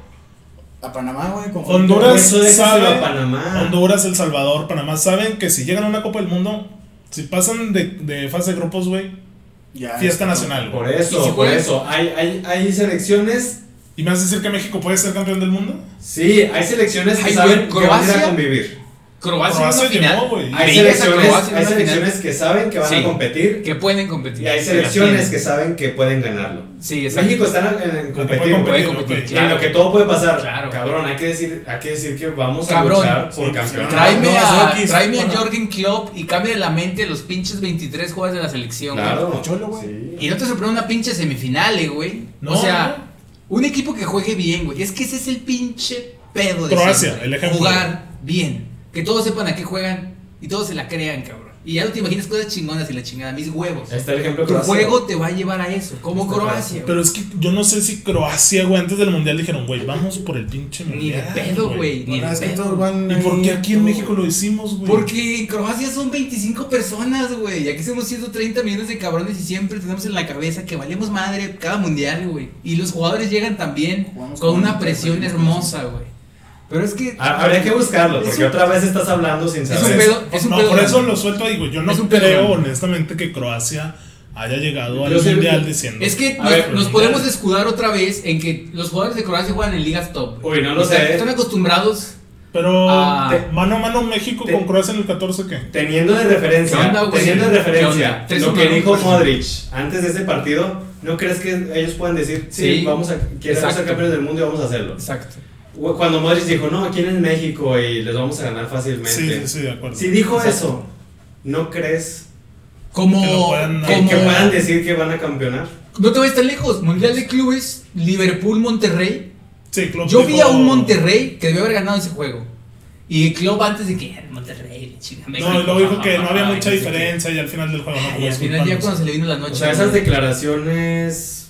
A Panamá, güey. con-
Honduras
Eso déjaselo
sabe-
a Panamá.
Honduras, El Salvador, Panamá, saben que si llegan a una Copa del Mundo, si pasan de, de fase de grupos, güey,
Ya,
fiesta
no.
nacional. güey.
Ah, Por eso,
Y si
por
juegas-
eso. Hay, hay, hay selecciones
¿Y me vas a decir que México puede ser campeón del mundo?
Sí, hay selecciones que
Ay, güey,
saben que van a ir
Croacia.
a convivir.
Croacia en
Croacia
una final.
llegó, güey.
Hay
Veías a
selecciones,
Croacia en
hay
una
selecciones que saben que van
Sí.
a competir
final que pueden competir.
y hay selecciones que saben que pueden ganarlo.
Sí, exacto.
México está en, en competir,
puede
güey.
puede competir.
ok.
Y En lo que todo puede pasar.
Claro.
Cabrón, hay que decir, hay que decir que vamos
Cabrón.
a luchar por
Sí,
campeonato.
Tráeme,
No,
a,
Sokis,
tráeme a
bueno.
Jordan Klopp y cambia la mente los pinches 23 jugadores de la selección, güey.
Claro.
Cholo, güey.
Sí.
Y no te sorprende una pinche semifinal, eh, güey.
No,
o sea, un equipo que juegue bien, güey. Es que ese es el pinche pedo de
Croacia,
siempre.
el ejemplo.
Jugar bien. Que todos sepan a qué juegan y todos se la crean, cabrón. Y ya no te imaginas cosas chingonas y la chingada, mis huevos.
Ahí está el ejemplo
Tu
Croacia. Este
juego te va a llevar a eso, como
Está
Croacia. güey.
Pero es que yo no sé si Croacia, güey, antes del mundial dijeron, güey, vamos por el pinche
Ni de
mundial.
pedo, güey. Ni
Bueno,
de
es que
pedo.
todos van
¿Y por
ahí,
qué aquí en
todo-
México lo hicimos, güey?
Porque en Croacia son 25 personas, güey. Y aquí somos 130 millones de cabrones y siempre tenemos en la cabeza que valemos madre cada mundial, güey. Y los jugadores llegan también
Jugamos
con
con
una
un-
presión
con un-
hermosa, güey. Pero es que
Ha- Ah, Habría que buscarlo,
Es
porque
un-
otra vez estás hablando sin
es un
saber.
pedo, es un
no,
pedo
por eso
grande.
lo suelto ahí, güey. Yo no
Es un pedo
creo,
grande.
honestamente, que Croacia haya llegado
Yo
al
sé-
mundial diciendo.
Es que
A
nos,
ver, pero
mundial.
nos podemos escudar otra vez en que los jugadores de Croacia juegan en ligas top. güey.
Uy, no lo
Están-
sé.
Están acostumbrados.
Pero
Ah,
te- mano a mano México
te-
con Croacia en el 14, ¿qué?
Teniendo de
¿Qué
referencia,
onda, güey?
teniendo de
¿Qué
referencia
onda? Tres
lo
uno,
que
¿no?
dijo
Pues-
Modric antes de ese partido, ¿no crees que ellos puedan decir, sí,
Sí.
vamos a queremos
Exacto.
ser campeones del mundo y vamos a hacerlo?
Exacto.
Cuando Modric dijo, no, aquí en México y les vamos a ganar fácilmente.
Sí, sí, sí, de acuerdo.
Si dijo
Exacto.
eso, ¿no crees
Como,
Que lo puedan-
que,
como
que puedan decir que van a campeonar?
no te vayas tan lejos. Mundial de clubes, Liverpool, Monterrey.
Sí, Klopp
Yo vi
dijo-
a un Monterrey que debió haber ganado ese juego. Y Klopp antes de que "Ah, Monterrey, chinga México,
No, y luego dijo que no había
ay,
mucha
sé qué".
diferencia y al final del juego no
Y
como
al final ya
disculpándose.
cuando se le vino la
O
noche.
sea, esas
güey.
declaraciones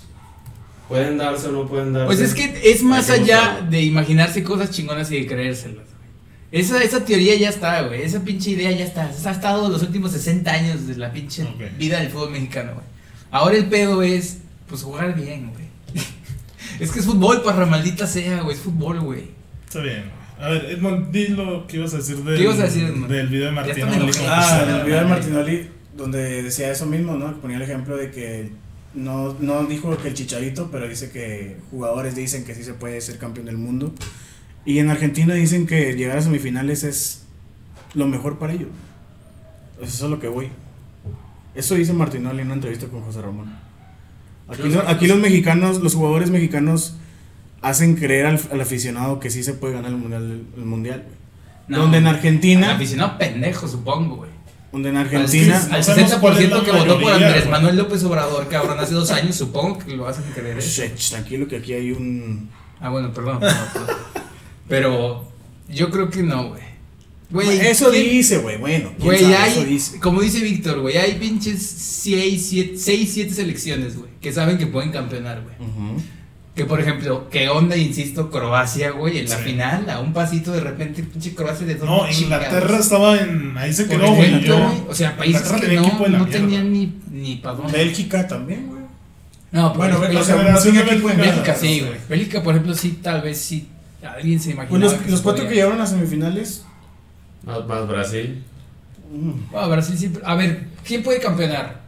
pueden darse o no pueden darse.
Pues es que es más
Hay que
allá
buscarlo.
de imaginarse cosas chingonas y de creérselas. güey. Esa, esa teoría ya está, güey. Esa pinche idea ya está. Esa ha estado los últimos 60 años de la pinche
Ok.
vida del fútbol mexicano, güey. Ahora el pedo es, pues, jugar bien, güey. es que es fútbol, parra maldita sea, güey. Es fútbol, güey.
Está bien. A ver, Edmond, di lo que ibas a decir del,
¿Qué ibas a decir, Edmond?
del video de
Ya está
Martín.
medio
Oli,
que-
como
Ah,
que
en
se-
el video de Martinoli, donde decía eso mismo, ¿no? Que ponía el ejemplo de que no, no dijo que el chicharito, pero dice que jugadores dicen que sí se puede ser campeón del mundo. Y en Argentina dicen que llegar a semifinales es lo mejor para ellos. Pues eso es lo que voy. Eso dice Martinoli en una entrevista con José Ramón. Aquí, no- aquí los mexicanos, los jugadores mexicanos hacen creer al, al aficionado que sí se puede ganar el mundial. El mundial güey.
No.
donde en
Un
Argentina,
aficionado pendejo, supongo, güey.
donde en Argentina,
Al
No sabemos cuál es la
60% que votó por
mayoría,
Andrés
güey.
Manuel López Obrador, cabrón, hace dos años, supongo que lo hacen creer. eso.
Shh, shh, tranquilo que aquí hay un...
Ah, bueno, perdón. perdón, perdón. Pero yo creo que no, güey. Güey,
eso
¿quién-
dice, güey, bueno. quién
Güey,
sabe, eso
hay,
dice.
como dice Víctor, güey, hay pinches 6, 7 selecciones, güey, que saben que pueden campeonar, güey.
Ujú.
Que por ejemplo, que onda, insisto, Croacia, güey, en la
Sí.
final, a un pasito de repente, pinche Croacia de dos
No,
chingados.
Inglaterra estaba en. Ahí se
Porque
quedó, güey.
Inglaterra,
Yo.
güey, O sea, países
Inglaterra
que
tenía equipo
no,
de la
no
mierda.
tenían ni, ni para dónde.
Bélgica también, güey.
No, por
Bueno, Bélgica,
ejemplo,
la
o sea, no
generación
tenía
de
equipo de
Bélgica-
nada,
Bélgica sí,
o sea.
güey. Bélgica, por ejemplo, sí, tal vez sí. Alguien se imaginaba.
Pues los,
que
los
se
cuatro que
podía.
llegaron a semifinales,
Más, más Brasil,
mm,
Ah, Brasil siempre. A ver, ¿quién puede campeonar?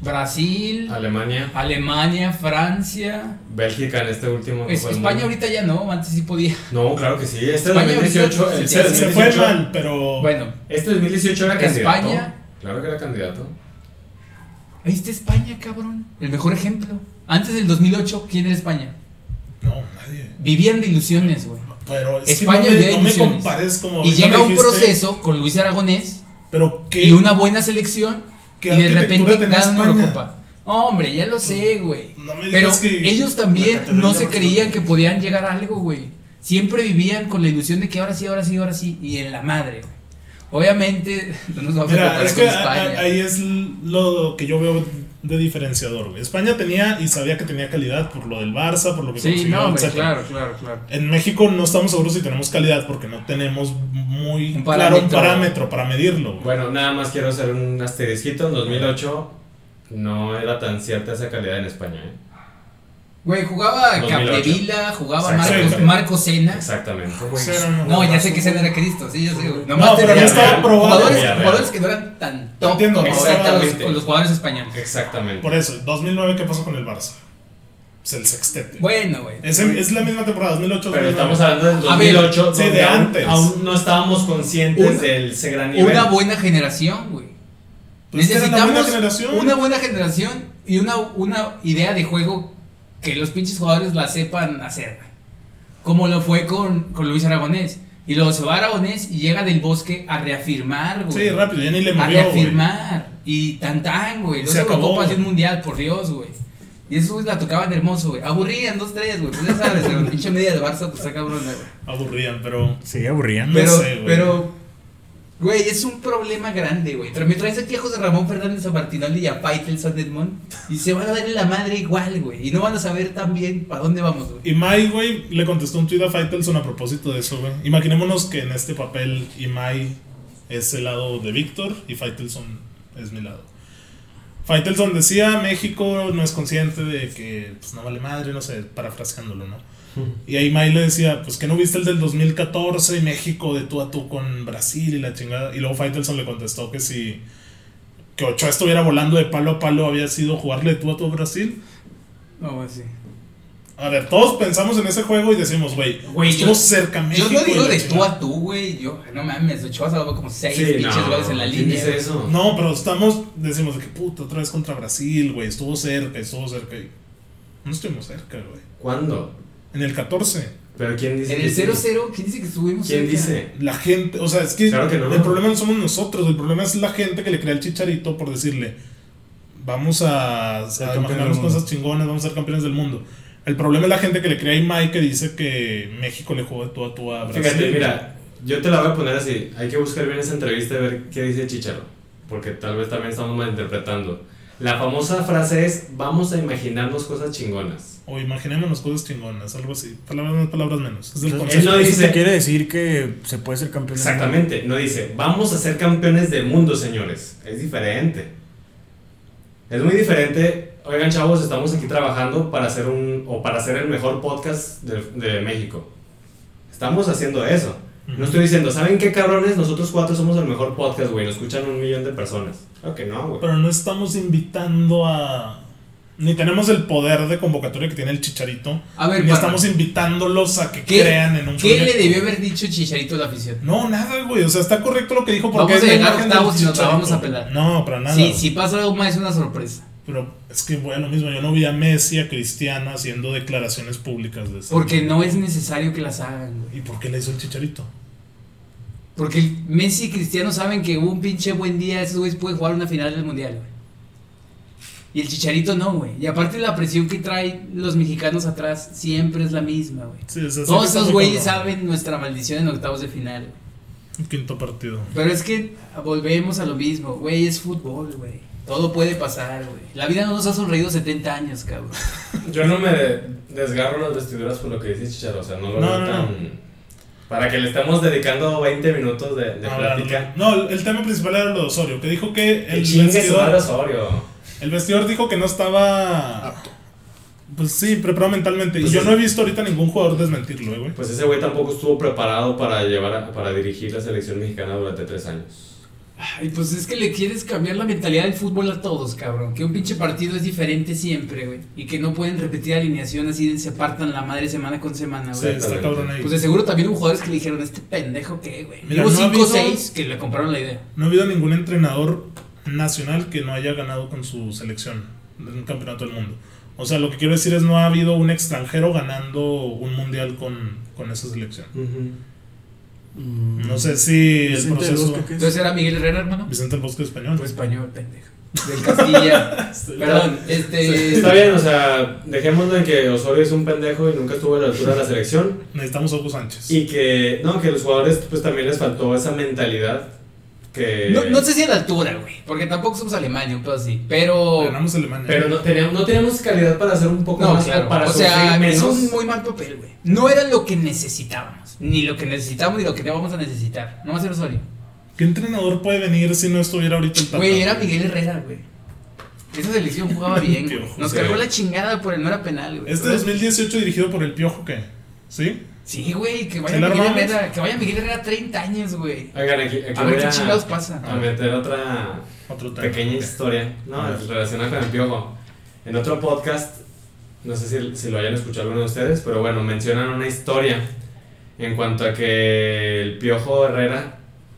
Brasil,
Alemania,
Alemania, Francia.
Bélgica en este último. que
Es-
fue el
España
mundo.
ahorita ya no, antes sí podía.
No, claro que sí. Este
España
2018,
ahorita-
el-
sí,
el
Se, se fue
2018
mal, pero.
Bueno,
Este 2018 era candidato.
España.
Claro que era candidato.
ahí está España, cabrón. El mejor ejemplo. Antes del 2008, ¿quién era España?
No, nadie.
Vivían de ilusiones, güey.
Pero es
España
que no
ya
me,
hay
no me
ilusiones.
compares como.
Y
ahorita
llega
me
un
dijiste,
proceso con Luis Aragonés
Pero qué.
y una buena selección y
¿Qué
de
arquitectura
repente
tenía
ganan una
España?
Eurocopa. Hombre, ya lo sé, güey.
No me
Pero
digas que-
ellos también
la catedral
no
de
se
Barcelona.
creían que podían llegar a algo, güey. Siempre vivían con la ilusión de que ahora sí, ahora sí, ahora sí. Y en la madre, güey. Obviamente, no nos vamos a
Mira,
comparar
es
con
que a-
España.
a- ahí es lo que yo veo de diferenciador. güey. España tenía y sabía que tenía calidad por lo del Barça, por lo que
sí,
consiguió,
no, hombre,
etcétera.
claro, claro, claro.
En México no estamos seguros si tenemos calidad porque no tenemos muy claro
Un
un
parámetro.
parámetro para medirlo. güey.
Bueno, nada más quiero hacer un asterisquito. En 2008 no era tan cierta esa calidad en España. ¿eh?
Güey, jugaba
2008.
Capdevila, jugaba
Exacto.
Marcos,
Sí.
Marco Sena.
Exactamente.
pues,
O sea, no,
No,
no.
ya sé que Sena era Cristo, sí, yo sé, güey. Nomás
No, pero
tenía
ya estaba probado.
jugadores,
Villarreal.
jugadores que no eran tan top
Entiendo,
como ahorita los,
exactamente.
con los jugadores españoles.
Exactamente.
Por eso, 2009, ¿qué pasó con el Barça? pues, el sextete.
Bueno, güey.
Es, en- es la misma temporada, 2008.
Pero
2009.
estamos hablando del
A ver,
2008,
sí,
donde
de
aún-
antes.
Aún, no estábamos conscientes
Una-
del ese gran nivel.
Una buena generación, güey.
Pues esta era la
Necesitamos
buena generación.
una buena generación y una, una idea de juego que los pinches jugadores la sepan hacer. güey. Como lo fue con, con Luis Aragonés. Y luego se va Aragonés y llega del bosque a reafirmar, güey.
Sí, rápido, ya ni le
a
movió, güey.
reafirmar. Y tan tan, güey. Luego
Se
se
acabó,
Copa
güey.
de un mundial, por Dios, güey. Y esos güeyes la tocaban hermoso, güey. Aburrían dos, tres, güey. Pues ya sabes, en la pinche media de Barça, pues está cabrón, güey.
Aburrían, pero.
Sí, aburrían.
No
Pero,
sé, güey.
pero, güey, es un problema grande, güey. Pero me traes aquí a José Ramón Fernández a Martinoli y a Paitel San Edmond y se van a darle la madre igual, güey. Y no van a saber también para dónde vamos, güey.
Y Mai, güey, le contestó un tweet a Faitelson a propósito de eso, güey. Imaginémonos que en este papel Imai es el lado de Víctor y Faitelson es mi lado. Faitelson decía, México no es consciente de que pues, no vale madre, no sé, parafraseándolo, ¿no? Y ahí May le decía, pues que no viste el del 2014 y México de tú a tú con Brasil y la chingada. Y luego Faitelson le contestó que si que Ochoa estuviera volando de palo a palo había sido jugarle de tú a tú a Brasil.
No, güey, sí.
A ver, todos pensamos en ese juego y decimos, güey,
Güey,
estuvo
yo-
cerca México.
Yo no
y
digo
la
de tú
chingada.
a tú, güey. Yo, no mames, ocho vas a como seis
Sí,
pinches
no,
goles en la
¿quién
línea.
dice eso?
No, pero estamos, decimos de que puta, otra vez contra Brasil, güey, estuvo cerca, estuvo cerca. y- No estuvimos cerca, güey.
¿Cuándo?
En el 14.
¿Pero quién dice?
En
que
el
sí?
0-0, ¿quién dice que estuvimos
¿Quién
cerca?
dice?
La gente, o sea, es que,
Claro que no.
el problema no somos nosotros, el problema es la gente que le crea el chicharito por decirle, vamos a, a
campeón del
imaginarnos
mundo.
cosas chingonas, vamos a ser campeones del mundo. El problema es la gente que le crea a Imai que dice que México le jugó de tú a tú a Brasil.
Fíjate, mira, yo te la voy a poner así. Hay que buscar bien esa entrevista y ver qué dice Chicharo. Porque tal vez también estamos malinterpretando. La famosa frase es: Vamos a imaginarnos cosas chingonas.
O imaginémonos cosas chingonas, algo así. Palabras más, palabras menos. Es el
Entonces,
concepto.
no
eso
dice-
te quiere decir que se puede ser campeón. del mundo.
Exactamente, no dice: Vamos a ser campeones del mundo, señores. Es diferente. Es muy diferente. Oigan, chavos, estamos aquí trabajando para hacer un. o para hacer el mejor podcast de, de México. Estamos haciendo eso. No estoy diciendo, ¿saben qué cabrones? Nosotros cuatro somos el mejor podcast, güey. Nos escuchan un millón de personas. Claro que no, güey.
Pero no estamos invitando a... Ni tenemos el poder de convocatoria que tiene el chicharito.
A ver,
ni
Parra,
estamos invitándolos a que
¿Qué,
crean en un
¿qué le
proyecto.
debió haber dicho Chicharito a la afición?
No, nada, güey. O sea, está correcto lo que dijo porque
Vamos
es
a
la
llegar a
imagen
octavos
del
y nos la
Chicharito,
vamos a
güey.
pelar.
No, para nada.
Sí,
güey.
si pasa algo más es una sorpresa.
Pero es que voy a lo mismo. Yo no vi a Messi, a Cristiano haciendo declaraciones públicas de eso.
Porque no es necesario que las hagan, güey.
¿Y por qué le hizo el chicharito?
Porque el Messi y Cristiano saben que un pinche buen día esos güeyes pueden jugar una final del mundial, güey. Y el Chicharito no, güey. Y aparte la presión que traen los mexicanos atrás siempre es la misma, güey.
Sí, o sea, siempre
Todos
está
esos
muy
güeyes
cabrón.
saben nuestra maldición en octavos de final. güey.
Quinto partido.
Pero es que volvemos a lo mismo, güey, es fútbol, güey. Todo puede pasar, güey. La vida no nos ha sonreído 70 años, cabrón.
Yo no me de- desgarro las vestiduras por lo que dice Chicharo, o sea, no lo
No,
veo
no,
tan... Para que le estemos dedicando 20 minutos de, de plática.
Ah, No, el- el tema principal era lo de Osorio, que dijo que
El
el
chingue su madre
vestidor,
Osorio.
el vestidor dijo que no estaba Pues sí, preparado mentalmente.
Pues
y yo
es-
no he visto ahorita ningún jugador desmentirlo, eh, güey.
Pues ese güey tampoco estuvo preparado para llevar a- para dirigir la selección mexicana durante tres años.
Ay, pues es que le quieres cambiar la mentalidad del fútbol a todos, cabrón. Que un pinche partido es diferente siempre, güey. Y que no pueden repetir alineación así de se partan la madre semana con semana,
Sí,
güey.
está cabrón ahí.
Pues de seguro también hubo jugadores que le dijeron, este pendejo que, güey.
Mira,
Hubo
no ha
5 o
habido-
6 que le compraron la idea.
No ha habido ningún entrenador nacional que no haya ganado con su selección en un campeonato del mundo. O sea, lo que quiero decir es no ha habido un extranjero ganando un mundial con, con esa selección.
Mm.
No sé si el
Vicente del
proceso...
Bosque, ¿qué es?
Entonces era Miguel Herrera, hermano.
Vicente el Bosque español.
Pues español, pendejo. Del Castilla. Perdón, este.
Está bien, o sea, dejémoslo en que Osorio es un pendejo y nunca estuvo a la altura de la selección.
Necesitamos a Hugo Sánchez.
Y que, no, que los jugadores pues también les faltó esa mentalidad que...
No, no sé si a la altura, güey. Porque tampoco somos Alemania, un pedo así. Pero.
Ganamos Alemania.
Pero no teníamos, no teníamos calidad para hacer un poco
No,
más
claro.
para
o sea,
sufrir
es
menos.
un muy mal papel, güey. No era lo que necesitábamos. Ni lo que necesitamos ni lo que te vamos a necesitar. No va a ser Osorio.
¿Qué entrenador puede venir si no estuviera ahorita el Tata?
Güey, era Miguel Herrera, güey. Esa selección jugaba bien, güey.
Piojo,
Nos
sí.
cargó la chingada por el no era penal, güey.
Este 2018 dirigido por el Piojo, ¿qué? ¿Sí?
Sí, güey, que
¿Sí
vaya
la
Miguel
armamos?
Herrera, que vaya Miguel Herrera 30 años, güey.
Oigan, aquí, aquí
A ver
voy
qué
a-
chingados pasa.
A meter otra
Otro tema.
pequeña historia, ¿no?
A ver.
Relacionada con el piojo. En otro podcast no sé si, si lo hayan escuchado alguno de ustedes, pero bueno, mencionan una historia en cuanto a que el Piojo Herrera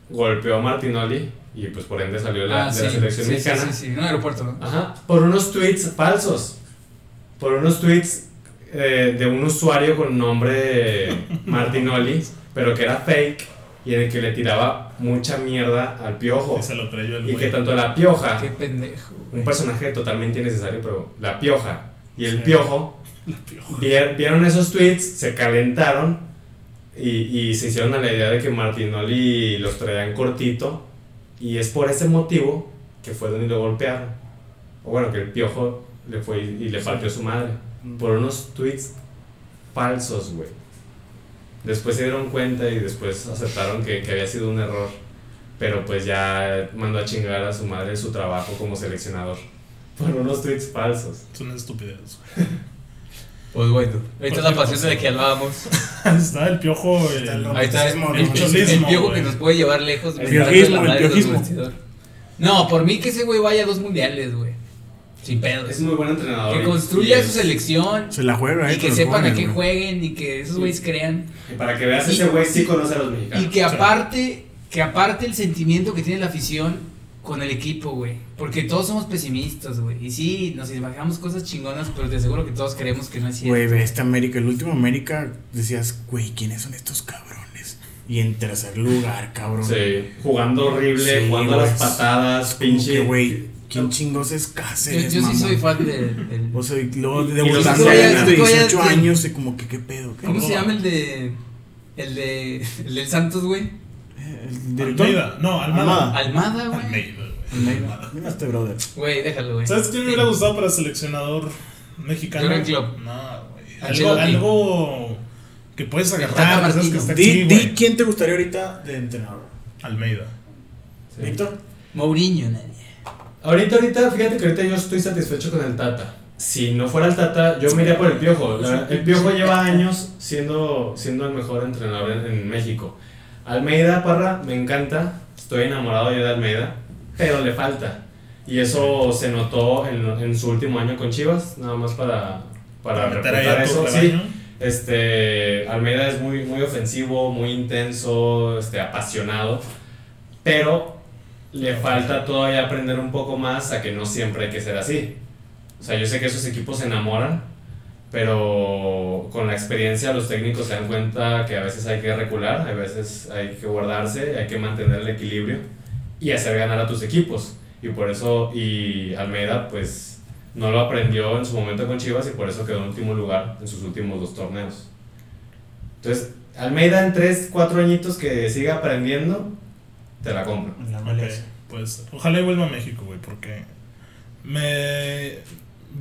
golpeó a Martinoli y pues por ende salió la,
Ah,
de la selección
Ah, sí,
mexicana.
Sí, sí, sí, en un aeropuerto, ¿no?
Ajá, por unos tweets falsos. Por unos tweets eh, de un usuario con nombre Martinoli, pero que era fake y en el que le tiraba mucha mierda al piojo.
Y se lo trayó el
Y que
güey.
tanto la pioja,
Qué pendejo. güey.
un personaje totalmente innecesario, pero la pioja y el
Sí.
piojo vier- vieron esos tweets, se calentaron y, y se hicieron a la idea de que Martinoli los traían cortito. Y es por ese motivo que fue donde lo golpearon. O bueno, que el piojo le fue y, y le partió su madre. Por unos tweets falsos, güey. Después se dieron cuenta y después aceptaron que, que había sido un error. Pero pues ya mandó a chingar a su madre su trabajo como seleccionador. Por unos tweets falsos.
Es una estupidez.
Pues bueno, ahorita es la
Cualquier
paciencia
pues
cosa.
de que hablábamos.
güey. Está el piojo. el-
Está loco.
Ahí está el, el,
Muchísimo, ¿no?
el- el
Muchísimo,
piojo
güey.
que nos puede llevar lejos.
El
mentando
piojismo,
la
el
madre del
piojismo.
vestidor. No, por mí que ese güey vaya a dos mundiales, güey. Sin pedos.
Es muy buen entrenador.
Que
y-
construya
y
su
es-
selección.
Se la juega, eh.
Y que
con los
sepan a
jóvenes,
qué
güey.
jueguen y que esos güeyes crean.
y Para que veas, ese güey sí conoce a los mexicanos.
Y que aparte, que aparte el sentimiento que tiene la afición con el equipo, güey. Porque todos somos pesimistas, güey. Y sí, nos imaginamos cosas chingonas, pero te aseguro que todos creemos que no es cierto.
Güey, ve esta América, el último América, decías, güey, ¿quiénes son estos cabrones? Y en tercer lugar, cabrón.
Sí, jugando horrible,
Sí,
jugando a las
güey.
patadas,
Como
pinche.
que, güey, ¿quién chingos es
Yo,
Cáceres,
yo sí
mamón? Pues,
soy fan de- del...
O sea, y luego
Y- y los
debutando a
Goyas-
los de
Goyas
18
de-
años, y como que qué pedo, qué
¿Cómo
pedo?
se llama el de... El de... El del Santos, güey?
El director.
Almeida. No, Almada.
Almada.
Almada, güey.
Almeida, güey.
Almeida. Mira este brother.
Güey, déjalo, güey.
¿Sabes quién me hubiera gustado para seleccionador mexicano?
Jürgen Klopp.
No, güey. Algo,
Ancelotti.
algo que puedes
Tata
agarrar. ¿sabes?
Martino.
Que está
Di,
aquí,
di
güey.
quién te gustaría ahorita de entrenador.
Almeida.
Sí.
Víctor.
Mourinho, nadie.
Ahorita, ahorita, fíjate que ahorita yo estoy satisfecho con el Tata. Si no fuera el Tata, yo me iría por el Piojo. La verdad, el Piojo lleva años siendo, siendo el mejor entrenador en, en México. Almeida Parra me encanta, estoy enamorado yo de Almeida, pero le falta. Y eso se notó en, en su último año con Chivas, nada más para, para,
meter ahí a
repuntar
tu
eso. Sí,
rebaño.
Este, Almeida es muy, muy ofensivo, muy intenso, este, apasionado, pero le falta todavía aprender un poco más a que no siempre hay que ser así. O sea, yo sé que esos equipos se enamoran, pero con la experiencia los técnicos se dan cuenta que a veces hay que recular, a veces hay que guardarse, hay que mantener el equilibrio y hacer ganar a tus equipos. Y por eso, y Almeida, pues no lo aprendió en su momento con Chivas y por eso quedó en último lugar en sus últimos dos torneos. Entonces, Almeida en 3, 4 añitos que siga aprendiendo, te la compro.
En la
Ok,
MLS.
Pues ojalá y vuelva a México, güey, porque me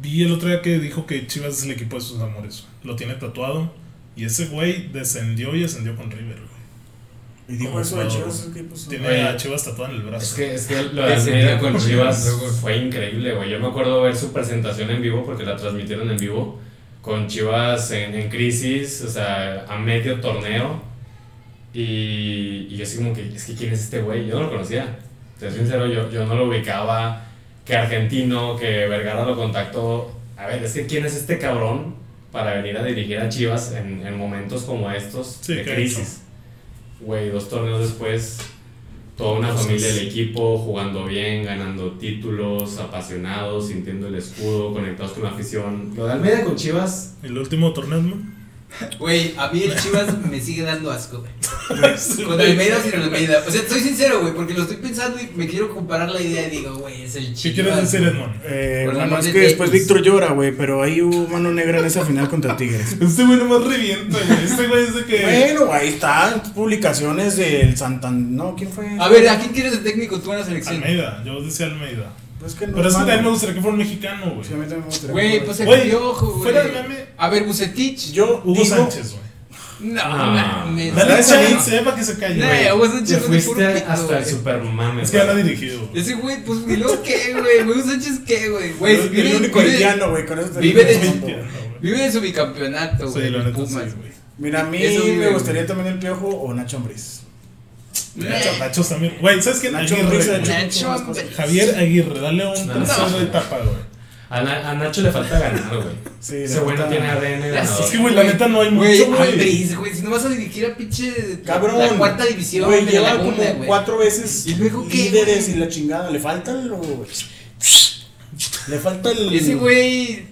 vi el otro día que dijo que Chivas es el equipo de sus amores. Lo tiene tatuado y ese güey descendió y ascendió con River, güey.
Y dijo
Como
eso de
jugador.
Chivas, ¿qué pasó?
Tiene
Oye.
a Chivas tatuado en el brazo.
Es que, es que lo de
Ese
Almeida
día
con
con
Chivas
Chivas,
fue increíble, güey. Yo me acuerdo ver su presentación en vivo porque la transmitieron en vivo con Chivas en, en crisis, o sea, a medio torneo. Y, y yo así como que, es que ¿quién es este güey? Yo no lo conocía. Te soy sincero, yo, yo no lo ubicaba. Que argentino, que Vergara lo contactó. A ver, es que ¿quién es este cabrón para venir a dirigir a Chivas en, en momentos como estos
Sí,
de
que ha
crisis? Güey, dos torneos después, toda una
Entonces-
familia del equipo jugando bien, ganando títulos, apasionados, sintiendo el escudo, conectados con la afición. Lo de Almeida con Chivas,
El último torneo, ¿no?
Güey, a mí el Chivas me sigue dando asco, güey.
Sí,
Con
güey.
Almeida sin Almeida. O sea, soy sincero, güey, porque lo estoy pensando y me quiero comparar la idea y digo, güey, es el Chivas.
¿Qué quieres decir,
güey.
Edmond?
Eh,
Por el
bueno,
amor
es
de
que después
Dios.
Víctor llora, güey, pero ahí hubo mano negra en esa final contra Tigres.
Este güey nomás revienta, güey. Este güey dice que.
Bueno, ahí están publicaciones del Santander. No, ¿quién fue?
A ver, ¿a quién quieres de técnico tú en la selección?
Almeida, yo decía Almeida.
Pues que no
Pero es que
mames.
también me gustaría que fuera un mexicano,
Sí,
güey.
a mí también me gustaría.
Güey, pues el
Güey,
piojo, güey.
fuera de mame.
A ver, Bucetich.
yo
Hugo
digo-
Sánchez, güey.
No,
Ah.
mames.
Dale
¿sabes cuál es?
chance, eh, para que se calle, güey.
No, Bucetich
te
Pues es un puro
fuiste
pito,
hasta el
güey.
super mame.
Es que ya lo ha dirigido. güey.
Ese güey, pues, ¿y luego qué, güey? Güey, Bucetich, ¿qué, güey? Güey,
el,
vive-
único
vive-
haitiano, güey, con eso te
vive
digo
de-
todo, güey.
Vive de su bicampeonato,
Sí,
güey.
la neta, sí,
Pumas.
güey.
Mira, a mí
Eso vive,
me
güey.
gustaría también el Piojo o Nacho Ambriz.
Nacho, Nacho también. Güey, ¿sabes qué?
Nacho
Aguirre,
Ambriz,
güey.
Nacho
Nacho
muchas cosas.
Ambriz.
Javier Aguirre, dale un
No.
tercero de tapa, güey.
A, Na- a Nacho le falta ganar, güey.
Sí,
Ese
la
güey no
neta.
tiene ADN ganador.
Es que, güey, la neta no hay
Güey,
mucho, güey.
Ambris, güey, si no vas a dirigir a pinche
Cabrón.
la cuarta división
Güey,
de la
lleva
laguna,
como
güey.
cuatro veces
¿Y luego qué,
líderes
güey?
y la chingada. Le falta lo. Le falta el.
Ese güey,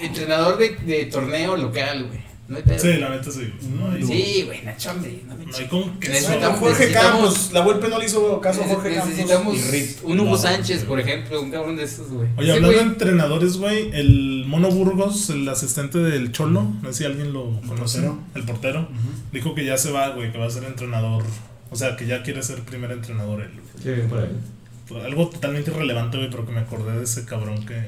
entrenador de, de torneo local, güey. No hay pedo.
Sí, la neta sí. No hay,
Sí, güey, Nacho Ambris, no me
No hay con qué
Necesitamos-
Jorge
necesitamos-
Campos. La Volpe no le hizo caso a Jorge Campos.
Necesitamos
Y Rip.
un Hugo
No,
Sánchez,
güey.
por ejemplo, un cabrón de esos, güey.
Oye,
Ese
hablando de
güey-
entrenadores, güey, el Mono Burgos, el asistente del Cholo, no sé si alguien lo conoce,
portero.
el portero, dijo que ya se va, güey, que va a ser entrenador, o sea, que ya quiere ser primer entrenador él. güey.
Qué bien por él.
Algo totalmente irrelevante, güey, pero que me acordé de ese cabrón que...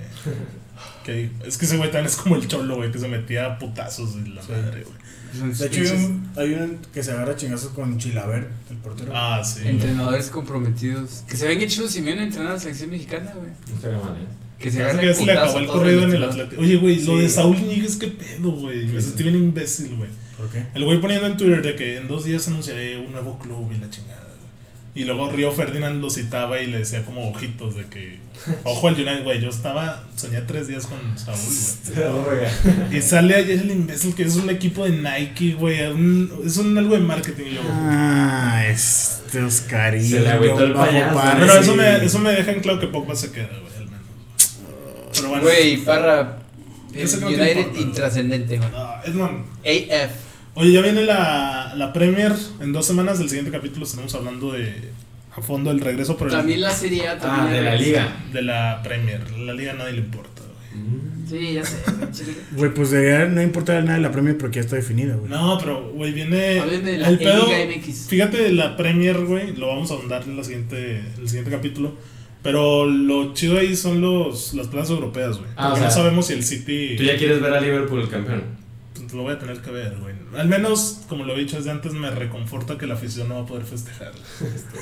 que es que ese güey también es como el Cholo, güey, que se metía a putazos y la madre, güey.
De hecho, hay un, hay un que se agarra chingazos con Chilaver, el portero.
Ah, sí. güey.
Entrenadores comprometidos. Que se venga Chilo Simeone a entrenar a la selección mexicana, güey.
No estaría mal, ¿eh?
Que se
Parece
agarre
que ya se le
putazo
acabó el
a todos
corrido
los
en el
demás.
Atlético. Oye, güey, lo
Sí.
de Saúl Ñíguez, qué pedo, güey. Me sentí bien imbécil, güey.
¿Por qué?
El güey poniendo en Twitter de que en dos días anunciaré un nuevo club y la chingada. güey. Y luego Río Ferdinand lo citaba y le decía como ojitos de que, ojo al United, güey. Yo estaba, soñé tres días con Saúl, güey. Y sale ayer el imbécil que es un equipo de Nike, güey. un- es un algo de marketing, y yo.
Ah, este Oscarito.
Se le agüitó el
bajo
payaso.
par,
Pero
sí.
eso me, eso me deja en claro que Pogba se queda, güey, al menos. Pero bueno.
Güey, Parra.
Yo
el
sé que no te
United
importa, güey.
intrascendente, güey.
Ah, Edmond,
AF.
Oye, ya viene la, la Premier. En dos semanas del siguiente capítulo estaremos hablando de a fondo el regreso por el-
También la Serie A
Ah,
también.
de la liga.
de la Premier. La liga a nadie le importa, güey.
Sí, ya sé. güey, chile.
Güey, pues debería no importar nada de la premia porque ya está definido, güey.
No, pero, güey, viene
Hablen de Ah, la
el pedo.
Liga MX.
Fíjate, la Premier, güey, lo vamos a ahondar en, la siguiente, en el siguiente capítulo. Pero lo chido ahí son los, las plazas europeas, güey.
Ah,
Porque
o sea,
no sabemos si el
Tú
City
ya quieres ver a Liverpool campeón.
pues, lo voy a tener que ver, güey. Al menos, como lo he dicho desde antes, me reconforta que la afición no va a poder festejar.
Este,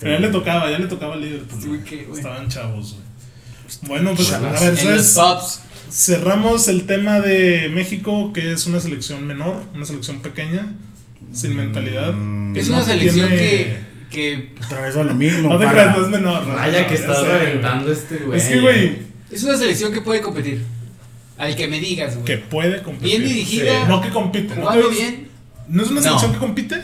Pero ya le tocaba, ya le tocaba al Liverpool.
Sí,
güey.
qué, güey.
Estaban chavos, güey. Bueno, pues a ver,
En los
entonces
pubs.
cerramos el tema de México, que es una selección menor, una selección pequeña, sin mentalidad.
Mm.
que
Es una
no
selección
tiene-
que. que
Otra vez va lo mismo.
No te
para.
creas, no es menor. no,
Vaya
no,
que
ya
estás
sé, güey.
reventando este güey.
Es que, güey,
Es una selección que puede competir. Al que me digas,
que
güey.
puede competir.
Bien dirigida.
Sí, No que compite. ¿no?
Jugando bien.
¿No es una
No.
selección que compite?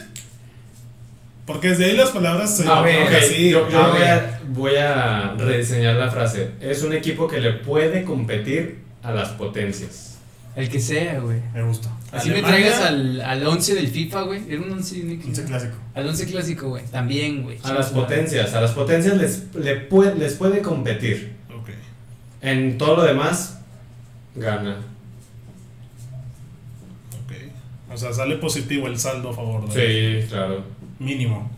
Porque desde ahí las palabras se
A ver,
Ok, sí,
Ah, yo, yo
a
voy,
ver.
a, voy a rediseñar la frase. Es un equipo que le puede competir a las potencias.
El que sea, güey.
Me gusta.
Así me
Alemania,
traigas al, al 11 del FIFA, güey. Era un 11 único.
Quince clásico.
Al 11 clásico, güey. También, güey.
A las potencias. A las potencias les, le pue- les puede competir.
ok.
En todo lo demás, gana.
ok. O sea, sale positivo el saldo a favor de
Sí, Pues claro.
Mínimo.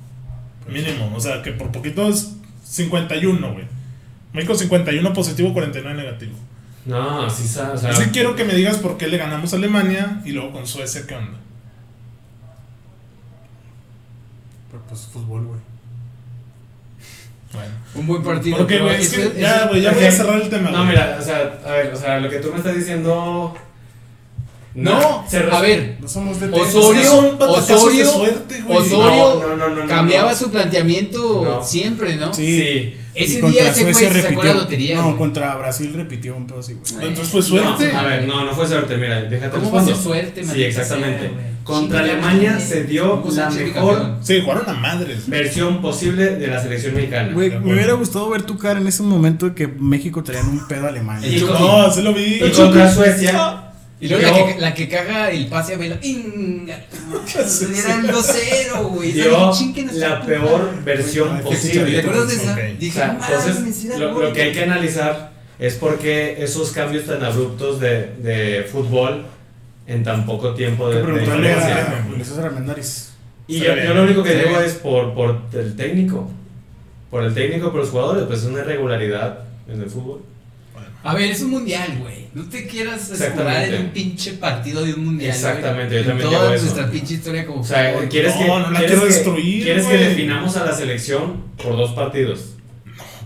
mínimo. O sea, que por poquito es 51, güey. México 51 positivo, 49 negativo.
No, sí, sa- o sea,
Así quiero que me digas por qué le ganamos a Alemania y luego con Suecia, ¿qué onda?
Pero pues fútbol, güey.
Bueno.
Un buen partido.
Porque,
pero
güey, es
ese-
que ya,
ese-
güey, ya
es
voy a
que-
cerrar el tema,
No,
güey.
mira, o sea, a ver, o sea, lo que tú me estás diciendo.
No,
se res-
a ver.
No somos de
Es que son
Osorio,
patatazos de
Osorio,
suerte, güey.
Osorio
No, no, no, no, no,
cambiaba
no.
su planteamiento
No.
siempre, ¿no?
Sí.
Y
Ese
contra
día ese güey
Suecia
se sacó la
repitió.
lotería.
No,
güey.
contra Brasil repitió un pedo así, güey.
Entonces fue suerte.
No, a ver, no, no fue suerte, mira, déjate
¿Cómo va a ser
respondo.
suerte,
Sí,
maldita sea,
exactamente.
güey?
Contra
Chingada
Alemania
madre.
se dio
Hugo
la
Sánchez,
mejor
campeón.
Sí, jugaron a madres.
versión posible de la selección mexicana.
Güey,
De
me
acuerdo.
hubiera gustado ver tu cara en ese momento de que México traían un pedo alemán.
Y con-
No, se lo vi.
y contra Suecia.
Y luego la
dio-
que, la que caga el pase a Vela. ¡Inga! Eran 2-0, güey.
dio
Chinguen a su
la
puta
peor versión
Ay,
¿Te
posible.
acuerdas de esa?
Ok.
Dije,
O sea,
"No mames,
entonces,
era
lo,
gol".
lo que hay que analizar es por qué esos cambios tan abruptos de, de fútbol en tan poco tiempo de, de
Preguntarle
diferencia.
a Julio César Armendáriz.
Y
Se
yo,
ve.
yo lo único que
Se
digo
ve.
es por, por el técnico. Por el técnico, por los jugadores, pues es una irregularidad en el fútbol.
A ver, es un mundial, güey. No te quieras escorar
Exactamente.
en un pinche partido de un mundial. güey.
Exactamente, yo
En
también
toda
digo eso.
nuestra pinche historia como
O sea,
fútbol.
¿quieres
no,
que,
no la
quieres
quiero
que-
destruir,
quieres que
güey.
definamos a la selección por dos partidos?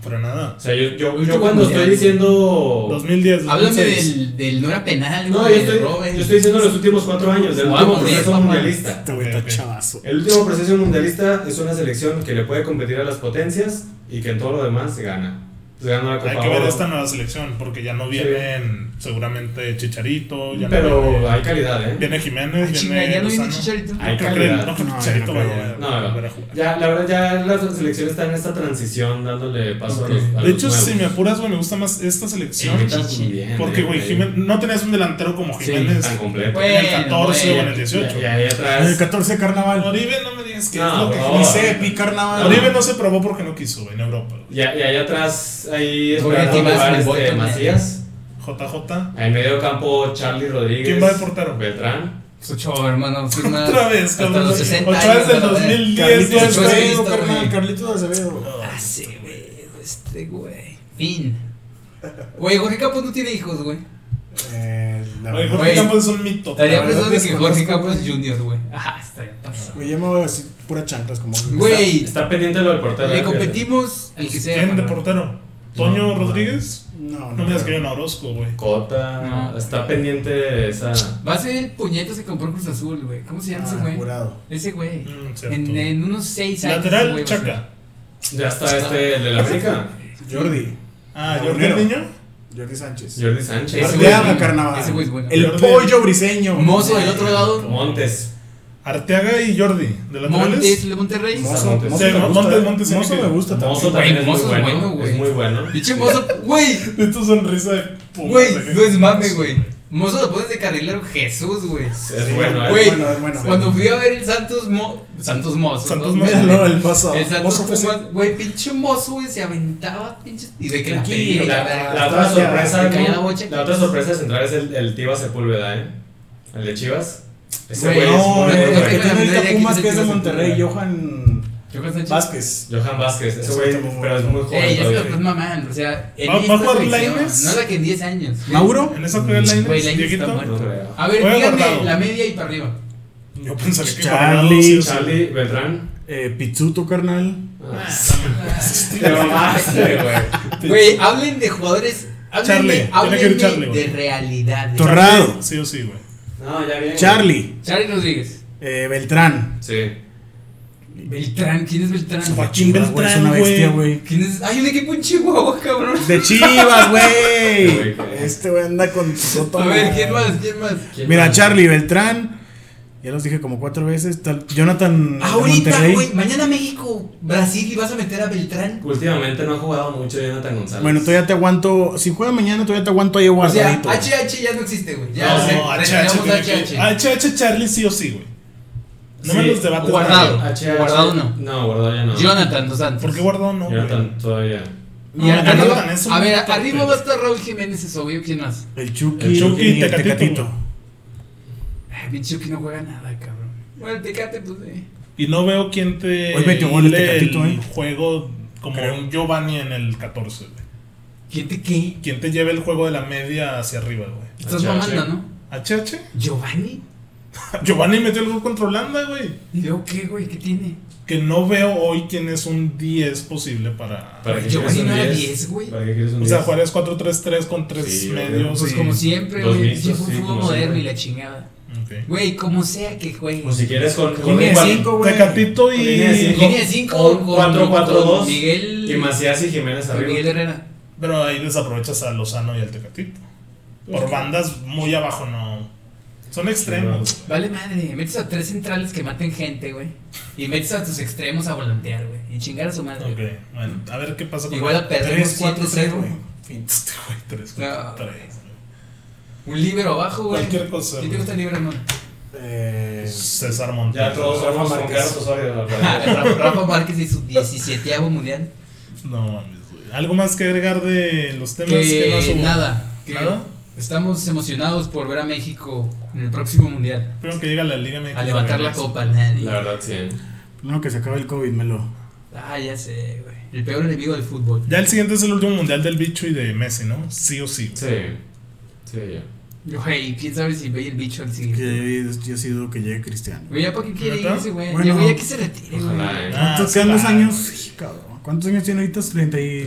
Pero nada.
O sea, yo, yo,
Último
yo cuando
mundial.
estoy diciendo...
2010, 2006.
Háblame del, del no era penal,
No, yo
güey,
Eh,
estoy,
de Robben.
yo estoy diciendo los últimos cuatro años, del
Vamos,
último
diez,
proceso
vamos.
mundialista.
Este güey
Ok,
está
ok.
chavazo.
El último proceso mundialista es una selección que le puede competir a las potencias y que en todo lo demás se gana. ganó la Copa
Hay que ver
Oro.
esta nueva selección, porque ya no vienen seguramente Chicharito, ya no
Pero
viene,
hay calidad, ¿eh?
viene Jiménez,
Ah, chinga,
viene
ya no viene
Lozano.
Chicharito.
Hay
No creo que- no creo que
No,
Chicharito
no creo.
vaya a
No, no.
volver a jugar.
Ya, la verdad, ya la selección está en esta transición dándole paso a los. a
De
los
hecho,
nuevos.
si me apuras, güey, me gusta más esta
Eh,
selección.
Meta también,
Porque,
eh,
güey, Jiménez- no tenías un delantero como
Sí,
Jiménez
tan completo.
en el
Bueno,
14 o en el
bueno,
18.
Y ahí
En el
atrás.
14 carnaval.
Oribe, no me digas que
No,
es lo que
no.
Ni CEPI carnaval.
Oribe Ah, no se probó porque no quiso, güey, en Europa. güey.
Y, y ahí atrás, ahí
Porque
esperando
aquí vas
jugar,
en el
este,
bote, ¿no?
Macías.
JJ.
En medio campo, Charlie Rodríguez.
¿Quién va de portero?
Beltrán.
Pues Ocho, hermano, firma.
Otra vez,
hasta
cabrón.
los 60
Otra vez
años,
del
a la verga.
2010.
Carlitos
güey,
Ochoa.
güey.
Acevedo, carnal,
Carlitos Acevedo.
Ah, sí, güey, este güey. Fin. Güey, Jorge Campos no tiene hijos, güey.
Eh, la
Güey,
verdad.
Jorge
Güey.
Campos es un mito.
Daría
cabrón.
preso de que Jorge
desconozco,
Campos
güey.
Junior, güey. Ah, está bien pasado.
Güey, yo me voy a decir pura chanclas como.
Güey,
Está, está pendiente lo del portero. eh,
le
fíjate.
competimos al que sea.
¿Quién de
hermano.
portero? ¿Toño
No,
Rodríguez?
No,
No me digas que
creo.
yo no Orozco, güey.
Cota.
No.
Está pendiente esa.
Va a ser el puñeto que compró Cruz Azul, güey. ¿Cómo se llama ese
Ah,
güey?
jurado.
Ese güey.
Mm, cierto.
En, en unos seis años.
Lateral,
güey, va a ser.
Chaca.
Ya está este, el de la América.
Jordi.
Ah,
Ah,
Jordi
Romero.
Niño.
Jordi Sánchez.
Jordi Sánchez.
Ese
Arteaga,
güey es bueno.
carnaval.
Ese güey es bueno.
El
Jordi.
pollo briseño.
Mozo del otro lado.
Montes.
Arteaga y Jordi. ¿De
Montes,
laterales?
de Monterrey.
Mozo,
Sí,
Mozo me
Montes,
gusta,
Montes,
eh.
Montes,
Mozo
sí.
me gusta
Mozo
también.
también es muy
Mozo es
bueno.
bueno, güey.
Es muy bueno.
Pinche mozo, güey.
De tu sonrisa de puta.
Güey, no es mame, güey. Mozo lo pones de carrilero Jesús, güey.
Es bueno, eh.
Güey.
Es bueno, es bueno.
Cuando fui a ver el Santos Mo Santos Mozo.
Santos
¿no?
Mozo.
Míralo, el mozo.
El Santos
Mozo fue ese-
Pumas, güey, pinche mozo, güey, se aventaba, pinche. Y de que la
Tranquilo,
pedía,
La,
la
la
verga.
otra sorpresa,
Se cayó
¿no?
la bocha.
la otra sorpresa central es el, el Tiva Sepúlveda, ¿eh? El de Chivas. Ese
Güey,
güey es
No,
muy
güey,
el
bueno.
que tiene ahorita Pumas que es de Monterrey, Johan
Yo con esa chica-
Vázquez.
Johan Vázquez, ese
Ese
güey,
está muy
pero es
bueno.
muy
Ey,
joven
pues, ya se lo
todavía.
estás mamando. O sea, en
¿Va- va a
esta
jugar
selección,
Lainez?
No la que en 10 años. güey.
¿Mauro?
¿En esa juega Lainez,
Güey, Lainez
Dieguito?
está muerto.
No creo.
A ver,
Juega
díganme
guardado.
la media y para arriba.
Yo pensaría que
Charlie.
Guardado sí, o sea,
Charlie Beltrán.
Eh, Pizzuto, carnal.
Ah,
Ah,
Te mamaste, güey.
Güey, hablen de jugadores.
Charlie,
Háblenme,
tiene que ir Charlie,
háblenme de
güey.
realidades.
Torre- Torrado.
Sí o sí, güey.
No, ya viene.
Charlie.
Charlie Rodríguez.
Eh, Beltrán.
Sí.
Beltrán, ¿quién es Beltrán?
Joaquín
Chivas, güey, Es
Beltrán,
una bestia,
güey.
güey.
¿Quién es? Ay, un equipo en Chihuahua, cabrón.
De Chivas, güey.
Qué rico.
Este güey anda con Soto.
A ver, ¿quién más? ¿Quién más?
¿Quién
Mira,
más?
Charlie Beltrán. Ya los dije como cuatro veces. Tal, Jonathan. de
Ah, Ahorita,
Monterrey.
güey, mañana México, Brasil y vas a meter a Beltrán.
Últimamente no ha jugado mucho Jonathan González.
Bueno, todavía te aguanto. Si juega mañana, todavía te aguanto ahí
O sea,
guardadito.
HH ya no existe, güey. Ya
no,
se
HH,
retiramos
tiene que-
HH.
HH Charlie sí o sí, güey. No me
Sí,
los debates.
guardado.
güey.
HH.
Guardado no.
No, guardado ya no.
Jonathan dos Santos.
¿Por qué guardado no, güey?
Jonathan todavía.
No,
Y
no,
arriba-
Jonathan es un
a ver,
torpe.
arriba va a estar Raúl Jiménez, es obvio. ¿Quién más?
El Chucky,
El Chucky y
y el
Tecatito,
Tecatito.
Ay, pinche que no juega nada, cabrón. Bueno, el Tecate, pues, eh.
Y no veo quién te.
Hoy metió gol el
lee
Tecatito, eh.
juego como
Creo.
un Giovanni en el 14, güey.
¿Quién te qué?
¿Quién te lleva el juego de la media hacia arriba, güey?
Estás
HH.
mamando, ¿no?
¿HH?
¿Giovanni?
Giovanni metió el gol contra Holanda, güey.
¿Y luego qué, güey? ¿Qué tiene?
Que no veo hoy quién es un 10 posible para.
¿Para qué
Giovanni
quieres un
no era
10?
10, güey.
¿Para qué quieres un
O sea,
10?
Juárez 4-3-3 con 3
Sí, güey.
medios.
Pues
y-
como siempre,
Dos
güey.
mixtos,
Pinche fue
sí,
fútbol
como
moderno
siempre. Pues
y la chingada.
Ok.
Güey, como sea que juegue.
O si quieres con, con
Línea de
un cuatro-
cinco, güey.
Tecatito y.
Línea de cinco.
Línea 5
Un 4-4-2
Miguel,
Y Macías y Jiménez
con
arriba.
Miguel Herrera.
Pero ahí desaprovechas a Lozano y al Tecatito.
Pues
Por bandas muy abajo no. Son extremos.
Vale madre, metes a tres centrales que maten gente, güey. Y metes a tus extremos a volantear, güey. Y chingar a su madre. güey.
Ok, bueno, a ver qué pasa con
Igual a perdemos
3-4-3,
4-3,
güey.
güey.
Este güey, tres, cuatro,
No.
tres.
Un libero abajo, güey.
Cualquier cosa,
¿Quién te
güey.
gusta el libero, no?
Eh,
César Montero.
Ya todos
Rafa
somos con
Márquez.
Carlos Osorio. la verdad.
Ah, Rafa, Rafa Márquez y su 17 mundial.
No mames, güey. ¿Algo más que agregar de los temas que no
Que
subo?
nada. que
¿Nada?
Estamos emocionados por ver a México en el próximo mundial.
Espero que llegue a la Liga MX.
A levantar la copa, nadie.
La verdad, sí.
no, que se acabe el COVID, Melo.
Ah, ya sé, güey. El peor enemigo del fútbol.
Ya el siguiente es el último mundial del bicho y de Messi, ¿no? Sí o sí.
Sí. Sí, ya.
Güey, quién sabe si ve el bicho al siguiente.
Que yo, yo sí dudo que llegue Cristiano.
Güey, ¿ya para qué quiere
¿Neta?
irse, güey?
Bueno.
ya, güey, ya que se retire, güey.
Ojalá, eh.
Ah,
¿Cuántos quedan los
claro.
años? Sí, cabrón. ¿Cuántos años tiene ahorita? ¿34?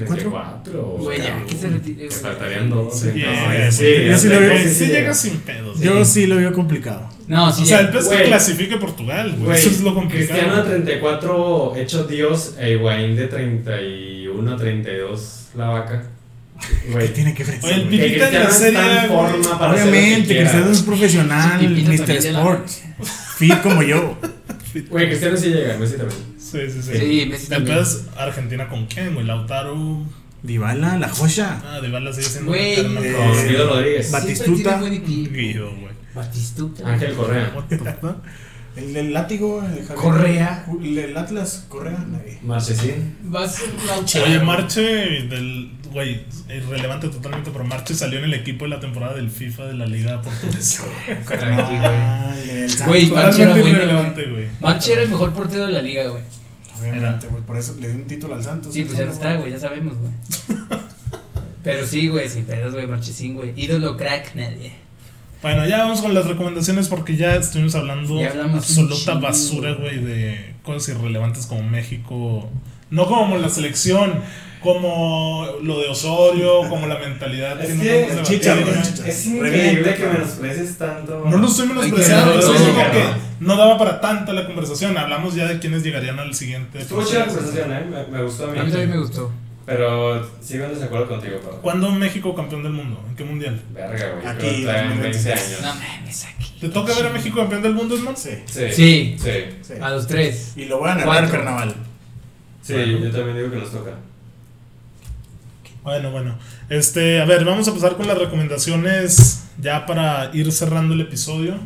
34.
Güey, ya, que se retire,
Te
güey.
faltarían dos.
Sí.
entonces.
No,
Eh,
sí,
güey,
yo sí lo veo.
güey,
Sí
sí
llega.
llega sin pedos.
Yo sí lo veo complicado.
No, sí.
O sea, el
llega.
pez que
Güey.
clasifique Portugal, güey.
Güey,
Eso es lo complicado.
Cristiano de 34, hecho Dios, e Higuaín de 31, 32, la vaca. Güey,
Tiene que fresar.
Oye, el
güey.
Pipita
que
en
Cristiano
la
está
serie
en
A, güey.
forma para hacer lo que
Obviamente,
quiera.
Cristiano es profesional,
Sí, Pipita
Mr.
también de la
Sports. Fit como yo.
Güey, Cristiano sí llega, Messi también.
Sí, sí, sí.
Sí, Messi
El
también.
pedo es Argentina con quién, güey. Lautaro.
Dybala, la joya.
Ah, Dybala sigue siendo
Güey,
un eterno
eh,
con-
Con Guido Rodríguez,
Bat-
Siempre
Batistuta.
tiene buen equipo.
Guido, güey.
Batistuta.
Ángel Correa,
El del látigo, el Javier-
Correa.
El del Atlas, Correa, nadie.
Marchesín.
Va a ser Lautaro.
Oye, Marche, del, güey, irrelevante totalmente, pero Marche salió en el equipo de la temporada del FIFA de la Liga Portuguesa.
Tranqui, güey.
Ah, el del Santos.
Güey, Marche era
Totalmente
bueno.
irrelevante, güey.
Marche era el mejor portero de la liga, güey.
Obviamente, güey, por eso le dio un título al Santos.
Sí, pues ya no está, güey, ya sabemos, güey. Pero sí, güey, sin pedos, güey, Marchesín, güey. Ídolo crack, nadie.
Bueno, ya vamos con las recomendaciones porque ya estuvimos hablando
Ya hablamos un
absoluta
chingo.
basura, güey, de cosas irrelevantes como México. No como la selección, como lo de Osorio, como la mentalidad
Es
no
que
podemos
el chicha,
debatir.
güey, el chicha.
Es increíble que menosprecies tanto.
No lo estoy
Hay
menospreciando,
que
solo
hablar de
digo
eso,
que
cabrón.
no daba para tanta la conversación. Hablamos ya de quiénes llegarían al siguiente.
Estuvo chida la conversación, eh. Me, me gustó a mí.
A mí también me gustó.
Pero sigo en desacuerdo contigo, Pablo.
¿Cuándo México campeón del mundo? ¿En qué mundial?
Verga, güey.
Aquí,
Aquí, traen 20
2026.
No
años.
mames, aquí.
¿Te toca ver a México campeón del mundo, hermano?
Sí,
Sí.
Sí.
Sí.
sí.
A los tres.
Y lo voy a narrar
Cuatro.
el carnaval.
Sí, yo también digo que nos toca.
Bueno, bueno. Este, a ver, vamos a pasar con las recomendaciones ya para ir cerrando el episodio.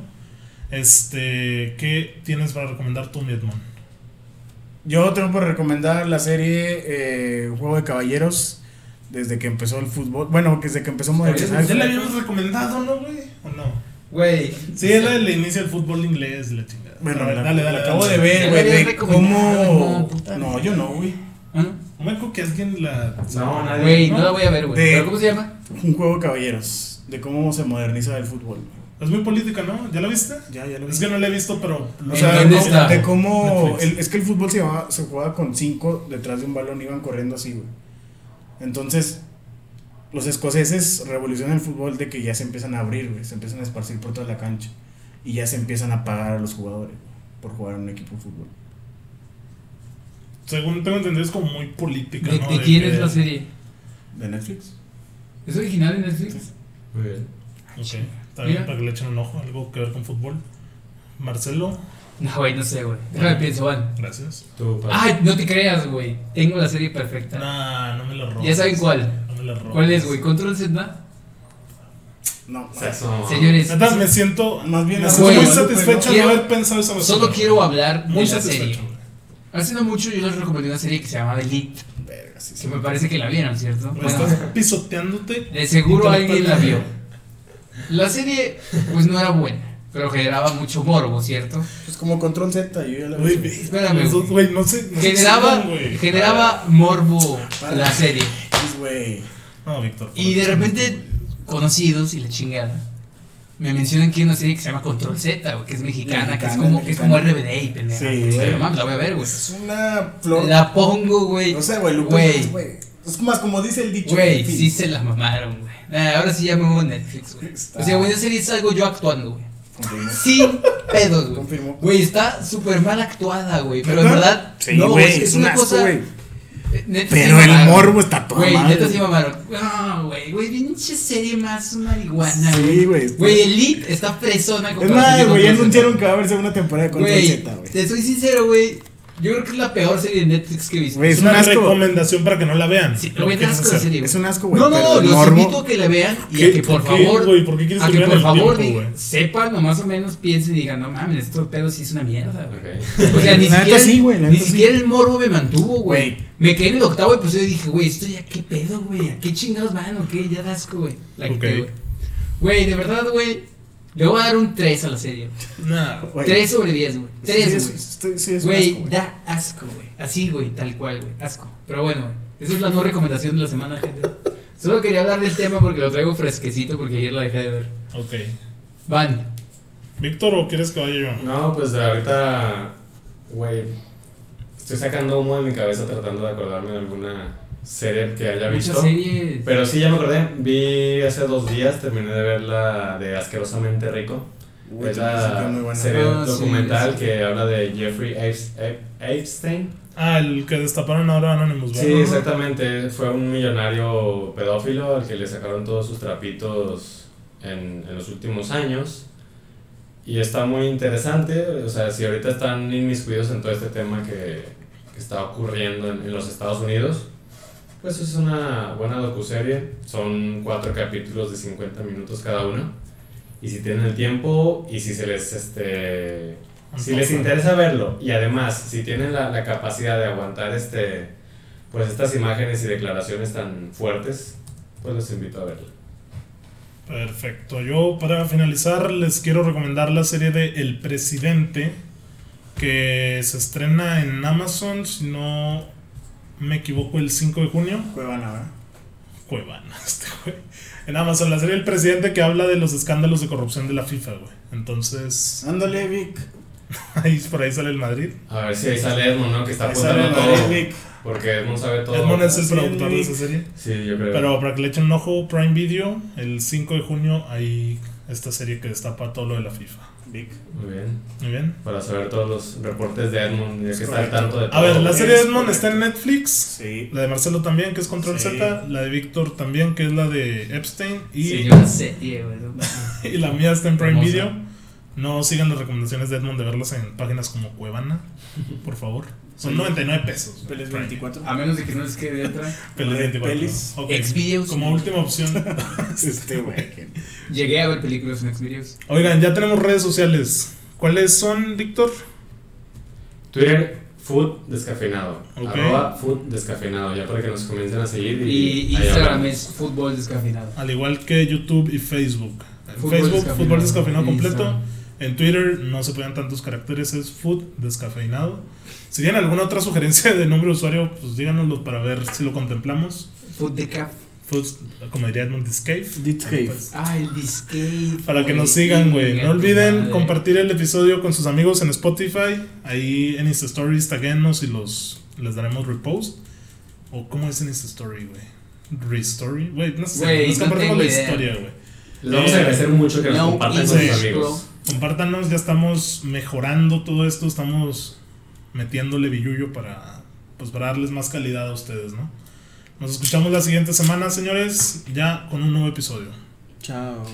Este, ¿qué tienes para recomendar tú, mi Edmond?
Yo tengo por recomendar la serie eh, Juego de Caballeros desde que empezó el fútbol. Bueno, desde que empezó Modern
Pero
Ya
Soccer.
la habíamos recomendado, ¿no, güey? ¿O no?
Güey.
Sí, es la del inicio del fútbol inglés, la chingada.
Bueno,
A ver,
la, la acabo de
Ya
ver, güey.
la habías
de
recomendado, no,
¿Cómo?
puta
No,
madre.
yo no, güey.
¿Ah?
No me acuerdo que alguien la.
No, nadie.
Güey, no la voy a ver, güey.
De-
¿Pero cómo se llama?
Un Juego de Caballeros de cómo se moderniza el fútbol.
Es muy política, ¿no? ¿Ya la viste?
Ya, ya lo
Es
vi.
que no la he visto, pero.
O sea,
¿Dónde
de-
está?
de cómo.
Netflix.
el- es que el fútbol se, llamaba- se jugaba con cinco detrás de un balón, iban corriendo así, güey. Entonces, los escoceses revolucionan el fútbol de que ya se empiezan a abrir, güey. Se empiezan a esparcir por toda la cancha. Y ya se empiezan a pagar a los jugadores güey, por jugar en un equipo de fútbol.
Según tengo entendido, es como muy política,
¿De,
¿no?
de quién
que-
es la serie?
¿De Netflix?
¿Es original de Netflix?
Muy bien.
Ok, también
Mira.
para que le echen un ojo, algo que ver con fútbol. Marcelo,
No, güey, no sé, güey. Déjame pienso, Juan.
gracias.
Tú, Pablo.
Ay, no te creas, güey. Tengo la serie perfecta.
Nah, no me la robes.
Ya saben cuál.
No me la robes.
¿Cuál es, güey? ¿Control Z, no?
No,
Sexo.
Señores,
Neta, me siento,
Más bien
me
la
siento
Güey,
muy
no,
satisfecho de
quiero-
haber pensado esa basura.
solo quiero hablar de
Muy
la
satisfecho.
serie. Hace no mucho yo les recomendé una serie que se llamaba Elite,
verga, sí,
que
sí.
me parece que la vieron, ¿cierto?
güey. Me
Bueno,
estás pisoteándote.
de seguro alguien la vio. La serie, pues no era buena, pero generaba mucho morbo, ¿cierto?
Pues como Control Z, yo ya la
Güey,
vi.
Espérame,
güey,
güey.
güey, no sé. No sé
Generaba,
si son, güey.
generaba morbo
Para.
la serie.
güey.
No, Víctor. por
Y de
favor.
repente, conocidos y la chingada, me mencionan que hay una serie que se llama Control Z, güey, que es mexicana, que, es
Mexicana,
como, que es como
mexicana.
RBD y pendeja.
Sí,
Pero,
güey.
mames, la voy a ver, güey.
Es una flor.
La pongo, güey.
No sé, güey, Lupita,
Güey.
güey. Es más como dice el dicho.
Güey,
en fin.
sí se las mamaron, güey. Nah, ahora sí ya me voy a Netflix, güey.
Está.
O sea, güey, esa serie es algo yo actuando, güey.
Confirmo.
Sin pedos, güey.
Confirmo.
Güey, está súper mal actuada, güey. Pero en
¿Verdad?
verdad,
Sí,
no,
güey,
es, es
es un
una
asco,
cosa.
güey.
eh, neta,
Pero
sí
el
mamaron.
morbo está toda
Güey,
madre.
neta sí mamaron. No, güey, güey, pinche serie más marihuana, güey.
Sí, güey.
Güey, Elite está fresona
Es
comparación
más,
con
güey, ya
Control Z.
anunciaron que va a haber segunda temporada de Control
Güey,
Z, güey.
te soy sincero, güey. Yo creo que es la peor serie de Netflix que he visto.
Güey,
Es una
asco.
recomendación para que no la vean.
Sí,
Lo
güey,
quieres
asco de
hacer.
serie, güey.
Es un asco, güey.
No, no,
pero
no,
el
los
morbo-
invito a que la vean y
¿Qué-
a que por
por qué,
favor,
güey? ¿Por qué quieres
a
que
que
vean
por
el
favor
tiempo,
diga-
güey?
sepan o más o menos piensen y digan, no mames, esto pedo sí es una mierda, güey.
Ok.
O sea, ni
Pues, La neta
siquiera,
sí, güey, la
ni
neta sí.
siquiera el morbo me mantuvo, güey.
Güey.
Me quedé en el octavo episodio y pues, dije, güey, esto ya qué pedo, güey, ¿a qué chingados van o qué? Ya da asco, güey. La quité,
Ok.
güey. Güey, de verdad, güey, le voy a dar un 3 a la serie.
Nah.
Güey,
3 sobre 10, güey.
sí,
3,
es-
güey.
estoy- sí, es un asco,
Güey,
güey.
da asco, güey. Así, güey, tal cual, güey. Asco. Pero bueno, güey, esa es la no recomendación de la semana, gente. Solo quería hablar del tema porque lo traigo fresquecito porque ayer la dejé de ver.
Ok.
Van.
¿Víctor o quieres que vaya yo?
No, pues ahorita, güey, Estoy sacando humo de mi cabeza tratando de acordarme de alguna serie que haya visto.
Muchas series.
Pero sí, ya me acordé. Vi hace dos días, terminé de ver la de Asquerosamente Rico.
Uy,
es
esa está muy
la
buena.
serie
Ah, sí,
documental
sí.
que habla de Jeffrey Epst- Ep- Epstein.
Ah, el que destaparon ahora Anonymous, ¿verdad?
Sí, exactamente. Fue un millonario pedófilo al que le sacaron todos sus trapitos en, en los últimos años. Y está muy interesante. O sea, si ahorita están inmiscuidos en todo este tema que, que está ocurriendo en, en los Estados Unidos, pues es una buena docuserie. Son cuatro capítulos de 50 minutos cada uno. Y si tienen el tiempo y si se les este, si les interesa verlo y además si tienen la, la capacidad de aguantar este pues estas imágenes y declaraciones tan fuertes, pues los invito a verlo.
Perfecto. Yo para finalizar les quiero recomendar la serie de El Presidente que se estrena en Amazon, si no me equivoco, el 5 de junio.
Cuevana, ¿verdad?
Cuevana, este güey. En Amazon, la serie El Presidente que habla de los escándalos de corrupción de la FIFA, güey. Entonces,
Ándale, Vic.
ahí, por ahí sale el Madrid.
A ver si ahí sale Edmond, ¿no? Que está
Ahí sale
apuntando
Madrid,
todo.
Vic.
Porque Edmond sabe todo.
Edmond es el
Sí,
productor de
Vic.
esa serie.
Sí, yo creo.
Pero para que le echen un ojo, Prime Video, el 5 de junio, ahí esta serie que destapa todo lo de la FIFA.
Vic.
Muy bien.
Muy bien.
Para saber todos los reportes de Edmond, ya que está al
correcto.
tanto de todo.
A ver, la
Es
serie de Edmond está en
correcto.
Netflix.
Sí.
La de Marcelo también, que es Control
Sí.
Z. La de Víctor también, que es la de Epstein. Y,
Sí, yo en serie, güey. no mames.
y la mía está en Prime
Hermosa.
Video. No sigan las recomendaciones de Edmond de verlas en páginas como Cuevana, por favor. Son 99 pesos.
Peles
Prime.
24.
A menos de que no les quede otra.
Peles 24.
Pelis.
Ok.
Xvideos.
Como última opción.
Este, güey.
Llegué a ver películas en Xvideos.
Oigan, ya tenemos redes sociales. ¿Cuáles son, Víctor?
Twitter, food descafeinado.
Ok.
Arroba food descafeinado. Ya para que nos comiencen a seguir. Y,
Y
ahí
Instagram
hablamos.
es fútbol descafeinado.
Al igual que YouTube y Facebook. En
Fútbol
Facebook,
descafeinado.
fútbol descafeinado completo.
Instagram.
En Twitter no se pueden tantos caracteres, es food descafeinado. Si tienen alguna otra sugerencia de nombre de usuario, pues díganoslo para ver si lo contemplamos.
Food de caf.
Food, como diría Edmund Discave.
Discave.
Pues,
Ah, el disque.
Para que nos sigan, güey. No olviden compartir el episodio con sus amigos en Spotify. Ahí en Insta Stories, taguenos y los, les daremos repost. ¿O cómo es en Insta Story, güey? Restory. Güey, no sé.
Güey,
nos
no
compartimos
tengo
la
idea.
historia, güey.
Les vamos a agradecer mucho que nos
No
compartan con sus
English,
amigos.
Compártanos, ya estamos mejorando todo esto, estamos metiéndole billullo para, pues, para darles más calidad a ustedes, ¿no? Nos escuchamos la siguiente semana, señores, ya con un nuevo episodio.
Chao.